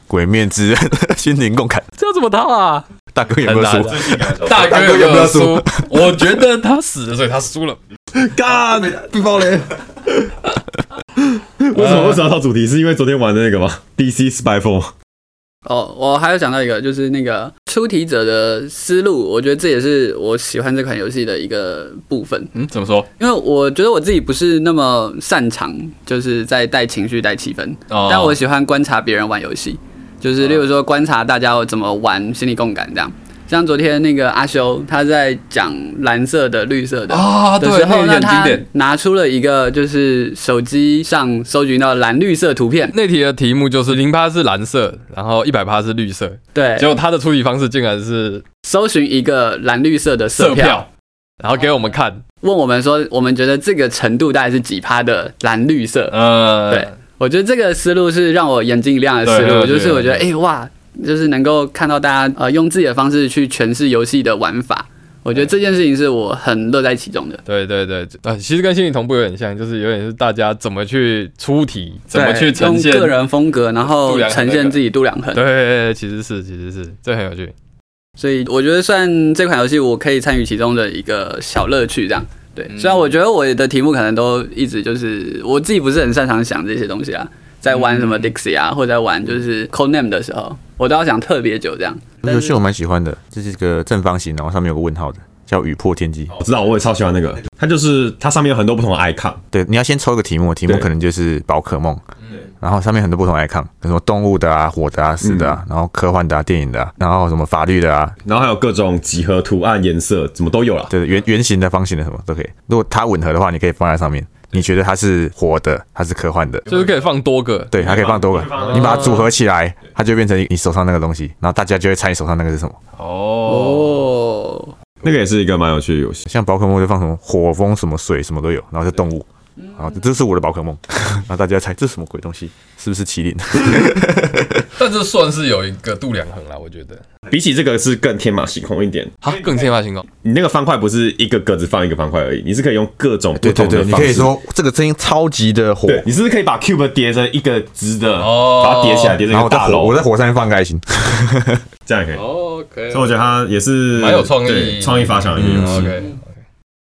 [SPEAKER 5] 鬼面之刃， <laughs> 心灵共感。
[SPEAKER 2] 这要怎么套啊？
[SPEAKER 5] 大哥有没
[SPEAKER 2] 很
[SPEAKER 5] 有
[SPEAKER 2] 难啊
[SPEAKER 5] 输？
[SPEAKER 2] 的。大哥有没有输？我觉得他死了，所以他输了。
[SPEAKER 4] 干，被爆雷！为什么为 <laughs> 什么要套主题？是因为昨天玩的那个吗？DC Spy f o r
[SPEAKER 1] 哦，我还有想到一个，就是那个出题者的思路，我觉得这也是我喜欢这款游戏的一个部分，
[SPEAKER 2] 嗯，怎么说？
[SPEAKER 1] 因为我觉得我自己不是那么擅长，就是在带情绪、带气氛，
[SPEAKER 2] 哦
[SPEAKER 1] 但我喜欢观察别人玩游戏，就是例如说观察大家怎么玩心理共感这样。像昨天那个阿修，他在讲蓝色的、绿色的
[SPEAKER 2] 啊
[SPEAKER 1] 的
[SPEAKER 2] 对
[SPEAKER 1] 时候，
[SPEAKER 2] 那个
[SPEAKER 1] 那
[SPEAKER 2] 很经
[SPEAKER 1] 他
[SPEAKER 2] 典
[SPEAKER 1] 拿出了一个就是手机上搜寻到蓝绿色图片，
[SPEAKER 2] 那题的题目就是零趴是蓝色，然后一百趴是绿色，
[SPEAKER 1] 对
[SPEAKER 2] 结，果他的处理方式竟然是
[SPEAKER 1] 搜寻一个蓝绿色的
[SPEAKER 2] 色
[SPEAKER 1] 色票，
[SPEAKER 2] 票，然后给我们看，
[SPEAKER 1] 问我们说，我们觉得这个程度大概是几趴的蓝绿色？
[SPEAKER 2] 呃，
[SPEAKER 1] 哦对，我觉得这个思路是让我眼睛一亮的思
[SPEAKER 2] 对
[SPEAKER 1] 路，
[SPEAKER 2] 对
[SPEAKER 1] 就是我觉得哎、
[SPEAKER 2] 对
[SPEAKER 1] 诶哇，就是能够看到大家呃用自己的方式去诠释游戏的玩法，我觉得这件事情是我很乐在其中的。
[SPEAKER 2] 对对对对，呃，其实跟心理同步有点像，就是有点是大家怎么去出题，怎么去呈现
[SPEAKER 1] 用个。人风格，然
[SPEAKER 2] 度
[SPEAKER 1] 后
[SPEAKER 2] 量衡
[SPEAKER 1] 呈
[SPEAKER 2] 那个
[SPEAKER 1] 现自己度量衡
[SPEAKER 2] 对。对对，其实是，其实是，这很有趣。
[SPEAKER 1] 所以我觉得算这款游戏我可以参与其中的一个小乐趣，这样。对，
[SPEAKER 2] 嗯
[SPEAKER 1] 虽然我觉得我的题目可能都一直就是我自己不是很擅长想这些东西啊，在玩什么 Dixie 啊，或者在玩就是 Code Name 的时候，我都要想特别久这样。但
[SPEAKER 5] 游戏
[SPEAKER 1] 是
[SPEAKER 5] 我蛮喜欢的，这是一个正方形，然后上面有个问号的，叫雨破天机。
[SPEAKER 4] 我知道，我也超喜欢那个。它就是它上面有很多不同的 icon，
[SPEAKER 5] 对，你要先抽一个题目，题目
[SPEAKER 4] 对
[SPEAKER 5] 可能就是宝可梦，然后上面很多不同 icon，有什么动物的啊、火的啊、死的啊，然后科幻的啊、电影的啊，然后什么法律的啊，
[SPEAKER 4] 然后还有各种几何图案、颜色，怎么都有啦。
[SPEAKER 5] 对，圆圆形的、方形的什么都可以。如果它吻合的话，你可以放在上面。你觉得它是火的，它是科幻的，
[SPEAKER 2] 就是可以放多个，
[SPEAKER 5] 对，它可以放多个，你把它组合起来，它就变成你手上那个东西，然后大家就会猜你手上那个是什么。
[SPEAKER 1] 哦，
[SPEAKER 4] 那个也是一个蛮有趣的游戏。
[SPEAKER 5] 像宝可梦就放什么火、风、什么水、什么都有，然后是动物，然后这是我的宝可梦， <laughs> 然后大家猜这是什么鬼东西，是不是麒麟？
[SPEAKER 2] 但这算是有一个度量衡啦，我觉得。
[SPEAKER 4] 比起这个是更天马行空一点。
[SPEAKER 2] 好，更天马行空。
[SPEAKER 4] 你那个方块不是一个格子放一个方块而已，你是可以用各种不
[SPEAKER 5] 对对
[SPEAKER 4] 同
[SPEAKER 5] 对，
[SPEAKER 4] 的方式。
[SPEAKER 5] 你可以说这个声音超级的火，
[SPEAKER 4] 对，你是不是可以把 cube 叠成一个直的，
[SPEAKER 2] 哦
[SPEAKER 4] 把它叠起来，叠成
[SPEAKER 5] 然
[SPEAKER 4] 一
[SPEAKER 5] 后
[SPEAKER 4] 个
[SPEAKER 5] 我在
[SPEAKER 4] 大
[SPEAKER 5] 火我
[SPEAKER 4] 楼，
[SPEAKER 5] 在火上面放开心。
[SPEAKER 4] 这样也可以。
[SPEAKER 2] 哦，可以
[SPEAKER 4] 所以我觉得它也是
[SPEAKER 2] 蛮有创意
[SPEAKER 4] 对创意嗯发想的一个游戏。
[SPEAKER 2] OK OK，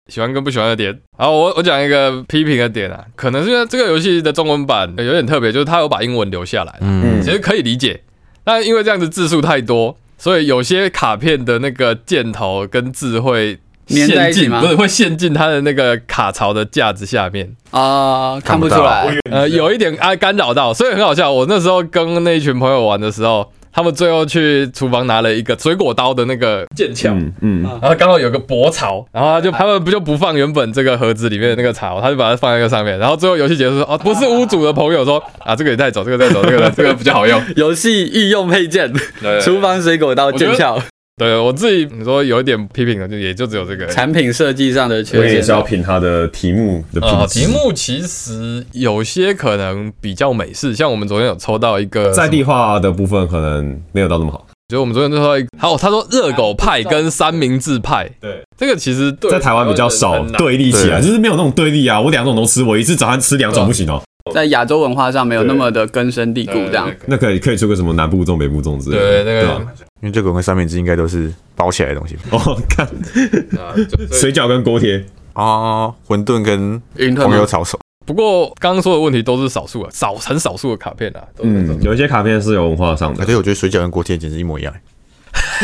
[SPEAKER 2] 喜欢跟不喜欢的点。好，我我讲一个批评的点啊，可能是因为这个游戏的中文版有点特别，就是它有把英文留下来，
[SPEAKER 5] 嗯，
[SPEAKER 2] 其实可以理解。但因为这样子字数太多，所以有些卡片的那个箭头跟字会
[SPEAKER 1] 粘在
[SPEAKER 2] 陷
[SPEAKER 1] 一起
[SPEAKER 2] 进，
[SPEAKER 1] 吗
[SPEAKER 2] 不是会陷进它的那个卡槽的架子下面。
[SPEAKER 1] 啊，看不出
[SPEAKER 5] 看不到
[SPEAKER 1] 来，
[SPEAKER 4] 嗯
[SPEAKER 2] 呃，有一点啊干扰到，所以很好笑。我那时候跟那一群朋友玩的时候，他们最后去厨房拿了一个水果刀的那个剑鞘，
[SPEAKER 4] 嗯嗯，
[SPEAKER 2] 然后刚好有个薄槽，然后他就他们不就不放原本这个盒子里面的那个槽，他就把它放在那个上面。然后最后游戏结束说，哦，不是屋主的朋友说啊，这个也带走，这个带走，这个这个比较好用。
[SPEAKER 1] 游戏御用配件，
[SPEAKER 2] 对对
[SPEAKER 1] 厨房水果刀
[SPEAKER 2] 我觉得
[SPEAKER 1] 见效。
[SPEAKER 2] 对我自己你说有一点批评的，就也就只有这个而已。
[SPEAKER 1] 产品设计上的
[SPEAKER 4] 我也
[SPEAKER 1] 缺
[SPEAKER 4] 是
[SPEAKER 1] 陷
[SPEAKER 4] 要。评它的哦题目的
[SPEAKER 2] 呃，
[SPEAKER 4] 品质。
[SPEAKER 2] 题目其实有些可能比较美式，像我们昨天有抽到一个
[SPEAKER 4] 在地化的部分可能没有到那么好，
[SPEAKER 2] 就我们昨天最后一个，还有他说热狗派跟三明治派，
[SPEAKER 4] 对，
[SPEAKER 2] 这个其实对
[SPEAKER 4] 在台湾比较少
[SPEAKER 2] 很难
[SPEAKER 4] 对立起来，
[SPEAKER 5] 对
[SPEAKER 4] 就是没有那种对立啊，我两种都吃，我一次早餐吃两种不行哦，
[SPEAKER 1] 在亚洲文化上没有那么的根深蒂固，这样
[SPEAKER 2] 对对
[SPEAKER 4] 那可以可以出个什么南部粽、北部粽之类
[SPEAKER 2] 对
[SPEAKER 4] 的，
[SPEAKER 2] 那个
[SPEAKER 4] 吧
[SPEAKER 5] 因为这个跟三明治应该都是包起来的东西
[SPEAKER 4] <laughs> 哦，看
[SPEAKER 2] 对对
[SPEAKER 4] 水饺跟锅贴，
[SPEAKER 5] 哦，馄饨跟
[SPEAKER 1] 云吞
[SPEAKER 5] 黄油
[SPEAKER 1] 吗？
[SPEAKER 5] 抄手，
[SPEAKER 2] 不过刚刚说的问题都是少数啊，少很少数的卡片啊，都是很少
[SPEAKER 4] 嗯，有一些卡片是有文化上的，
[SPEAKER 5] 而且我觉得水饺跟锅贴简直一模一样，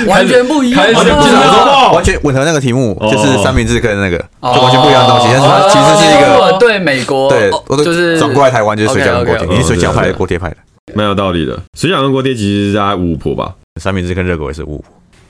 [SPEAKER 1] 完全不一样
[SPEAKER 2] 开。始
[SPEAKER 1] 我真的
[SPEAKER 2] 开始
[SPEAKER 1] 不知道
[SPEAKER 5] 完全吻合那个题目，
[SPEAKER 4] 哦
[SPEAKER 5] 就是三明治跟那个
[SPEAKER 1] 哦
[SPEAKER 5] 就完全不一样的东西，但是它其实是一
[SPEAKER 1] 如果
[SPEAKER 5] 个
[SPEAKER 1] 对美国，
[SPEAKER 5] 对
[SPEAKER 1] 哦，
[SPEAKER 5] 我都
[SPEAKER 1] 就是
[SPEAKER 5] 转过来台湾就是水饺跟锅
[SPEAKER 1] OK，OK，
[SPEAKER 5] 贴，你是水饺派还是锅贴派的？
[SPEAKER 4] 蛮有道理的。水饺跟锅贴其实是在五浦吧，
[SPEAKER 5] 三明治跟热狗也是五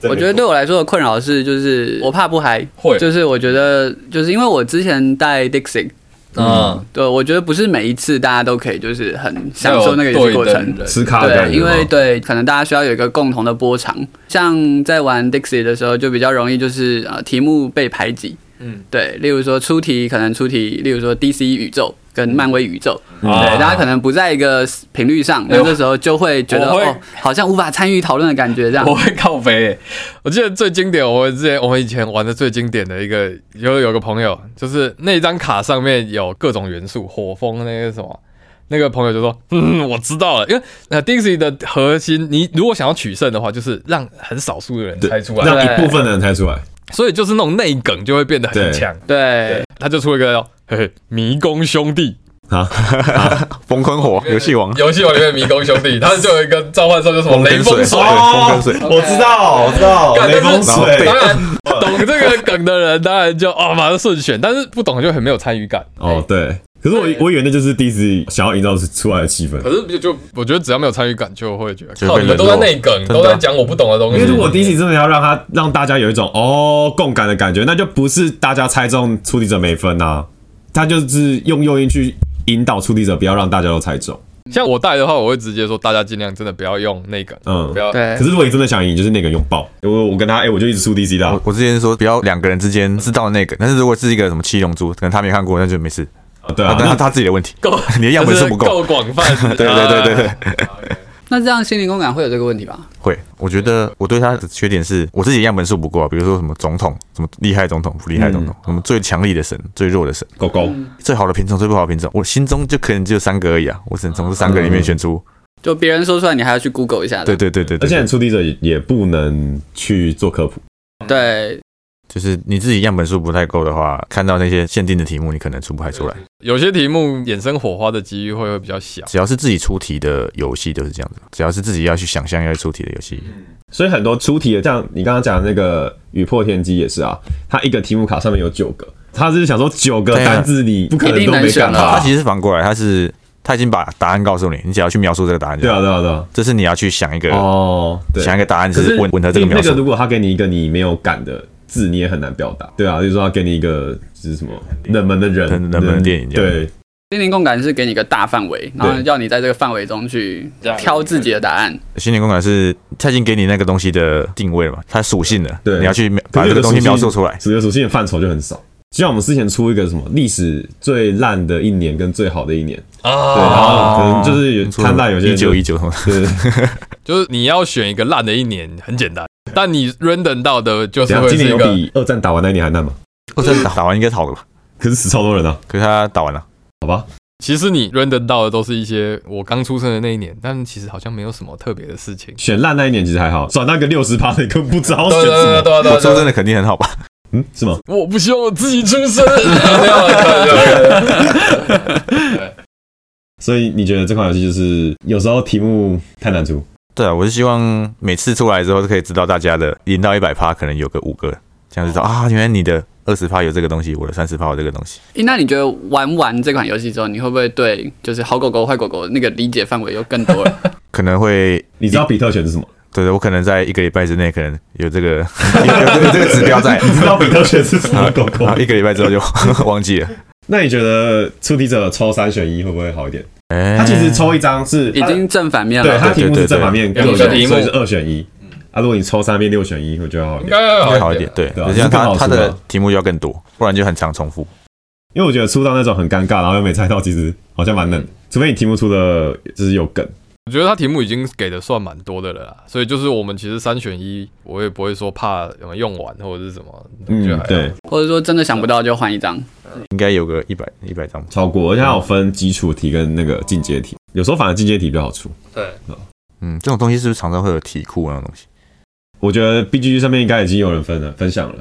[SPEAKER 1] 我觉得对我来说的困扰是，就是我怕不嗨，
[SPEAKER 2] 会
[SPEAKER 1] 就是我觉得，就是因为我之前带 Dixie，
[SPEAKER 2] 嗯，
[SPEAKER 1] 对我觉得不是每一次大家都可以就是很享受那个游戏过程。
[SPEAKER 4] 吃咖的感
[SPEAKER 1] 对，
[SPEAKER 4] 觉
[SPEAKER 1] 因
[SPEAKER 4] 吗
[SPEAKER 1] 为对，可能大家需要有一个共同的波长。像在玩 Dixie 的时候，就比较容易就是呃题目被排挤。
[SPEAKER 2] 嗯
[SPEAKER 1] 嗯，对，例如说出题可能出题，例如说 DC 宇宙跟漫威宇宙，对，大家可能不在一个频率上，
[SPEAKER 2] 哎
[SPEAKER 1] 那
[SPEAKER 2] 呦
[SPEAKER 1] 这时候就会觉得
[SPEAKER 2] 我会
[SPEAKER 1] 哦，好像无法参与讨论的感觉这样
[SPEAKER 2] 我。会靠背、欸。我记得最经典，我之前我们以前玩的最经典的一个，有有个朋友，就是那张卡上面有各种元素，火风那个什么。那个朋友就说：“ <laughs> 嗯，我知道了，因为呃，Dixie 的核心，你如果想要取胜的话，就是让很少数的人猜出来，
[SPEAKER 4] 让一部分的人猜出来，
[SPEAKER 2] 所以就是那种内梗就会变得很强。
[SPEAKER 1] 对，
[SPEAKER 2] 他就出了一个嘿嘿 <laughs> 迷宫兄弟
[SPEAKER 4] 啊
[SPEAKER 5] 风坑火游戏王，
[SPEAKER 2] 游戏王里面的迷宫兄弟，他就有一个召唤兽叫什么雷
[SPEAKER 4] <laughs>
[SPEAKER 2] 风水
[SPEAKER 5] 对，，风坑水，
[SPEAKER 4] 哦我知道，我知道
[SPEAKER 2] 干哎
[SPEAKER 4] 雷锋
[SPEAKER 5] 但是
[SPEAKER 4] 水
[SPEAKER 2] 当然懂这个梗的人，当然就哦马上顺选，但是不懂就很没有参与感。
[SPEAKER 4] 哦，对。可是
[SPEAKER 2] 哎
[SPEAKER 4] 我我以为那就是 DC 想要营造出来的气氛，
[SPEAKER 2] 可是就就我觉得只要没有参与感，就会觉得
[SPEAKER 5] 就
[SPEAKER 2] 靠
[SPEAKER 5] 会
[SPEAKER 2] 你们
[SPEAKER 5] 冷
[SPEAKER 2] 都在
[SPEAKER 5] 落
[SPEAKER 2] 内梗，
[SPEAKER 5] 真的
[SPEAKER 2] 都在讲我不懂的东西。
[SPEAKER 4] 因为如果 DC 真的要让他让大家有一种哦共感的感觉，那就不是大家猜中出题者没分啊，他就是用诱因去引导出题者不要让大家都猜中。
[SPEAKER 2] 像我带的话，我会直接说大家尽量真的不要用内梗，
[SPEAKER 4] 嗯
[SPEAKER 2] 不，要。
[SPEAKER 1] 对
[SPEAKER 4] 可是如果你真的想赢，就是那个用爆。我我跟他哎、我就一直出 DC 的啊、
[SPEAKER 5] 我我之前说不要两个人之间知道那个，但是如果是一个什么七龙珠，可能他没看过，那就没事，
[SPEAKER 4] 对
[SPEAKER 5] 那
[SPEAKER 4] 啊，
[SPEAKER 5] 那
[SPEAKER 4] 那
[SPEAKER 5] 他自己的问题，
[SPEAKER 2] 够，
[SPEAKER 5] 你的样本
[SPEAKER 2] 就是
[SPEAKER 5] 不够
[SPEAKER 2] 够广泛。
[SPEAKER 5] <laughs> 对对对对对。
[SPEAKER 1] 那这样心灵共感会有这个问题吧？
[SPEAKER 5] 会，我觉得我对他的缺点是我自己的样本数不够啊，比如说什么总统，什么厉害总统、不厉害总统，什么最强力的神、最弱的神、
[SPEAKER 4] 狗狗，
[SPEAKER 2] 嗯
[SPEAKER 1] 嗯
[SPEAKER 5] 最好的品种、最不好的品种，我心中就可能只有三个而已啊，我只能从这三个里面选出。
[SPEAKER 1] 就别人说出来，你还要去 Google 一下的。
[SPEAKER 5] 对对对对
[SPEAKER 4] 啊而
[SPEAKER 5] 对，
[SPEAKER 4] 且你出题者也也不能去做科普。
[SPEAKER 1] 对，
[SPEAKER 5] 就是你自己样本数不太够的话，看到那些限定的题目，你可能出不太出来。
[SPEAKER 2] 有些题目衍生火花的机会会比较小。
[SPEAKER 5] 只要是自己出题的游戏都是这样子，只要是自己要去想象要去出题的游戏，
[SPEAKER 4] 所以很多出题的，像你刚刚讲的那个《雨破天机》也是啊，它一个题目卡上面有九个，他就是想说九个
[SPEAKER 5] 对啊
[SPEAKER 4] 单字你不可能
[SPEAKER 1] 一定
[SPEAKER 4] 都
[SPEAKER 1] 能
[SPEAKER 4] 没
[SPEAKER 1] 选
[SPEAKER 4] 干
[SPEAKER 1] 啊
[SPEAKER 5] 它
[SPEAKER 4] 嘛。
[SPEAKER 5] 其实是反过来，它是它已经把答案告诉你，你只要去描述这个答案就
[SPEAKER 4] 对
[SPEAKER 5] 好。
[SPEAKER 4] 啊，对啊，对啊。
[SPEAKER 5] 这是你要去想一个
[SPEAKER 4] 哦，对。
[SPEAKER 5] 想一个答案，
[SPEAKER 4] 可
[SPEAKER 5] 只是
[SPEAKER 4] 是
[SPEAKER 5] 吻吻合这
[SPEAKER 4] 你
[SPEAKER 5] 个描
[SPEAKER 4] 那
[SPEAKER 5] 述
[SPEAKER 4] 个。如果他给你一个你没有感的字，你也很难表达。对啊，就是说他给你一个就是什么冷门的人，
[SPEAKER 5] 冷冷门的电影这样
[SPEAKER 4] 对，
[SPEAKER 1] 心灵共感是给你一个大范围，然后
[SPEAKER 4] 对
[SPEAKER 1] 要你在这个范围中去
[SPEAKER 2] 样
[SPEAKER 1] 挑自己的答案。
[SPEAKER 5] 心灵共感是它已经给你那个东西的定位了嘛，它属性了，
[SPEAKER 4] 对
[SPEAKER 5] 你要去描
[SPEAKER 4] 可
[SPEAKER 5] 把
[SPEAKER 4] 是
[SPEAKER 5] 这
[SPEAKER 4] 有的
[SPEAKER 5] 个东西描述出来。
[SPEAKER 4] 属于属性的范畴就很少。就像我们之前出一个什么历史最烂的一年跟最好的一年，对，然
[SPEAKER 2] 啊，
[SPEAKER 4] 后可能就是有看到有些
[SPEAKER 5] 一九一九
[SPEAKER 4] <laughs>
[SPEAKER 5] 什么的，
[SPEAKER 4] 对，
[SPEAKER 2] 就是你要选一个烂的一年，很简单，但你 random 到的就是
[SPEAKER 4] 怎
[SPEAKER 5] 啊
[SPEAKER 4] 样
[SPEAKER 2] 会
[SPEAKER 4] 今
[SPEAKER 2] 是
[SPEAKER 4] 年
[SPEAKER 2] 一
[SPEAKER 4] 有
[SPEAKER 2] 个
[SPEAKER 4] 比二战打完那一年还烂吗？
[SPEAKER 5] 我真的 <laughs> 打打完应该好了吧？
[SPEAKER 4] 可是死超多人啊，
[SPEAKER 5] 可是他打完了，
[SPEAKER 4] 好吧，
[SPEAKER 2] 其实你 random 到的都是一些我刚出生的那一年，但其实好像没有什么特别的事情。
[SPEAKER 4] 选烂那一年其实还好，转那个六十趴的更不知道选什么，
[SPEAKER 2] 对啊
[SPEAKER 5] 我说真的肯定很好吧？ <laughs>
[SPEAKER 4] 嗯，是吗？
[SPEAKER 2] 我不希望我自己出生。 <laughs> 啊没有了，
[SPEAKER 4] 所以你觉得这款游戏就是有时候题目太难出，
[SPEAKER 5] 对啊，我是希望每次出来之后都可以知道大家的零到一百趴，可能有个五个，这样知道啊，原来你的二十趴有这个东西，我的三十趴有这个东西。
[SPEAKER 1] 诶那你觉得玩完这款游戏之后，你会不会对就是好狗狗、坏狗狗那个理解范围又更多
[SPEAKER 4] <laughs>
[SPEAKER 1] 了？
[SPEAKER 5] 可能会，
[SPEAKER 4] 你知道比特犬是什么？ <laughs>
[SPEAKER 5] 对对，我可能在一个礼拜之内，可能有这个 <laughs> 有有有这个指标在，
[SPEAKER 4] 你知道比特犬是什么狗狗
[SPEAKER 5] <laughs> 然后？一个礼拜之后就 <laughs> 忘记了。
[SPEAKER 4] 那你觉得出题者抽三选一会不会好一点？
[SPEAKER 5] 哎
[SPEAKER 4] 他其实抽一张是啊
[SPEAKER 1] 已经正反面
[SPEAKER 4] 对
[SPEAKER 1] 了。
[SPEAKER 4] 他题目是正反面，
[SPEAKER 2] 对对对对
[SPEAKER 4] 各
[SPEAKER 2] 有一个题目
[SPEAKER 4] 所以是二选一。啊，如果你抽三遍六选一，我觉得好一
[SPEAKER 2] 应
[SPEAKER 4] 点。
[SPEAKER 2] 该要
[SPEAKER 5] 会
[SPEAKER 2] 好
[SPEAKER 5] 哎好
[SPEAKER 2] 一
[SPEAKER 5] 一
[SPEAKER 2] 点
[SPEAKER 5] 点。。对，
[SPEAKER 4] 对啊
[SPEAKER 5] 而且
[SPEAKER 4] 这更好
[SPEAKER 5] 它
[SPEAKER 4] 出
[SPEAKER 5] 它的
[SPEAKER 4] 啊
[SPEAKER 5] 题目就要更多，不然就很常重复。
[SPEAKER 4] 因为我觉得出到那种很尴尬，然后又没猜到，其实好像蛮冷的。除非你题目出的就是有梗，
[SPEAKER 2] 我觉得他题目已经给的算蛮多的了啦，所以就是我们其实三选一，我也不会说怕有没有用完或者是什么，就
[SPEAKER 4] 嗯
[SPEAKER 2] 还，好
[SPEAKER 4] 对，，
[SPEAKER 1] <laughs> 或者说真的想不到就换一张。
[SPEAKER 5] 应该有个一百一百张吧。
[SPEAKER 4] 超过，而且它有分基础题跟那个进阶题，有时候反而进阶题比较好出。
[SPEAKER 2] 对，
[SPEAKER 5] 嗯，这种东西是不是常常会有题库那种东西？
[SPEAKER 4] 我觉得 B G G 上面应该已经有人分了分享了，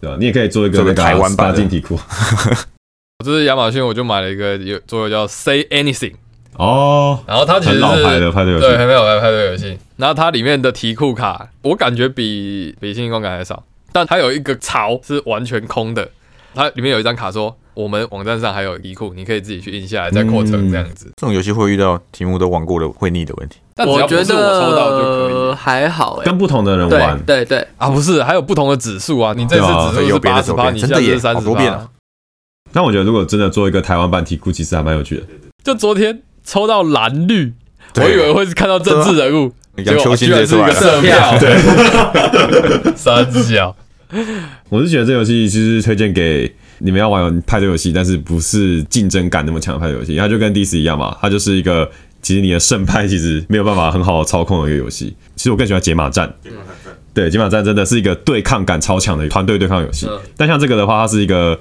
[SPEAKER 4] 对吧？你也可以做一个
[SPEAKER 5] 做
[SPEAKER 4] 那
[SPEAKER 5] 个
[SPEAKER 4] 个
[SPEAKER 5] 台湾版的
[SPEAKER 4] 进题
[SPEAKER 5] <laughs>
[SPEAKER 4] 库
[SPEAKER 2] 我这是亚马逊，我就买了一个有桌游叫 Say Anything，
[SPEAKER 4] 哦，
[SPEAKER 2] 然后它其实
[SPEAKER 4] 很
[SPEAKER 2] 是
[SPEAKER 4] 老牌的派对游戏
[SPEAKER 2] 对，，很有来派对游戏。然后它里面的题库卡，我感觉比比星星光感还少，但它有一个槽是完全空的。它里面有一张卡说，我们网站上还有题库，你可以自己去印下来再扩
[SPEAKER 4] 嗯
[SPEAKER 2] 成这样子。
[SPEAKER 5] 这种游戏会遇到题目都玩过的会腻的问题。
[SPEAKER 2] 但只
[SPEAKER 1] 我
[SPEAKER 2] 要不
[SPEAKER 1] 觉
[SPEAKER 2] 是我抽到就可以
[SPEAKER 1] 得还好哎、
[SPEAKER 4] 跟不同的人玩
[SPEAKER 1] 对，对对，
[SPEAKER 2] 啊，不是，还有不同的指数啊，你这
[SPEAKER 4] 对
[SPEAKER 2] 次
[SPEAKER 4] 啊
[SPEAKER 2] 指数
[SPEAKER 5] 有
[SPEAKER 2] 是
[SPEAKER 5] 别
[SPEAKER 2] 八
[SPEAKER 5] 的
[SPEAKER 2] 十
[SPEAKER 5] 手
[SPEAKER 2] 八，
[SPEAKER 5] 边
[SPEAKER 2] 你
[SPEAKER 5] 真
[SPEAKER 2] 下
[SPEAKER 5] 的
[SPEAKER 2] 次
[SPEAKER 5] 耶
[SPEAKER 2] 是三
[SPEAKER 5] 好
[SPEAKER 2] 十
[SPEAKER 5] 多遍
[SPEAKER 2] 八
[SPEAKER 5] 啊。
[SPEAKER 4] 但我觉得如果真的做一个台湾版题库，其实还蛮有趣的。
[SPEAKER 2] 就昨天抽到蓝绿，我
[SPEAKER 5] 对
[SPEAKER 2] 以为会是看到政治人物，
[SPEAKER 5] 对
[SPEAKER 2] 结
[SPEAKER 5] 啊杨
[SPEAKER 2] 果
[SPEAKER 5] 秋
[SPEAKER 2] 居
[SPEAKER 5] 兴
[SPEAKER 2] 然
[SPEAKER 5] 也
[SPEAKER 2] 是
[SPEAKER 5] 出
[SPEAKER 2] 一
[SPEAKER 5] 来
[SPEAKER 2] 个
[SPEAKER 5] 了
[SPEAKER 2] 色票，对， <laughs>
[SPEAKER 5] <laughs>
[SPEAKER 2] 三小。
[SPEAKER 4] 我是觉得这游戏其实推荐给你们要玩派对游戏，但是不是竞争感那么强的派对游戏，它就跟 DS 一样嘛，它就是一个其实你的胜败其实没有办法很好操控的一个游戏。其实我更喜欢解码战。对，解码战真的是一个对抗感超强的团队对抗游戏，
[SPEAKER 2] 嗯
[SPEAKER 4] 但像这个的话，它是一个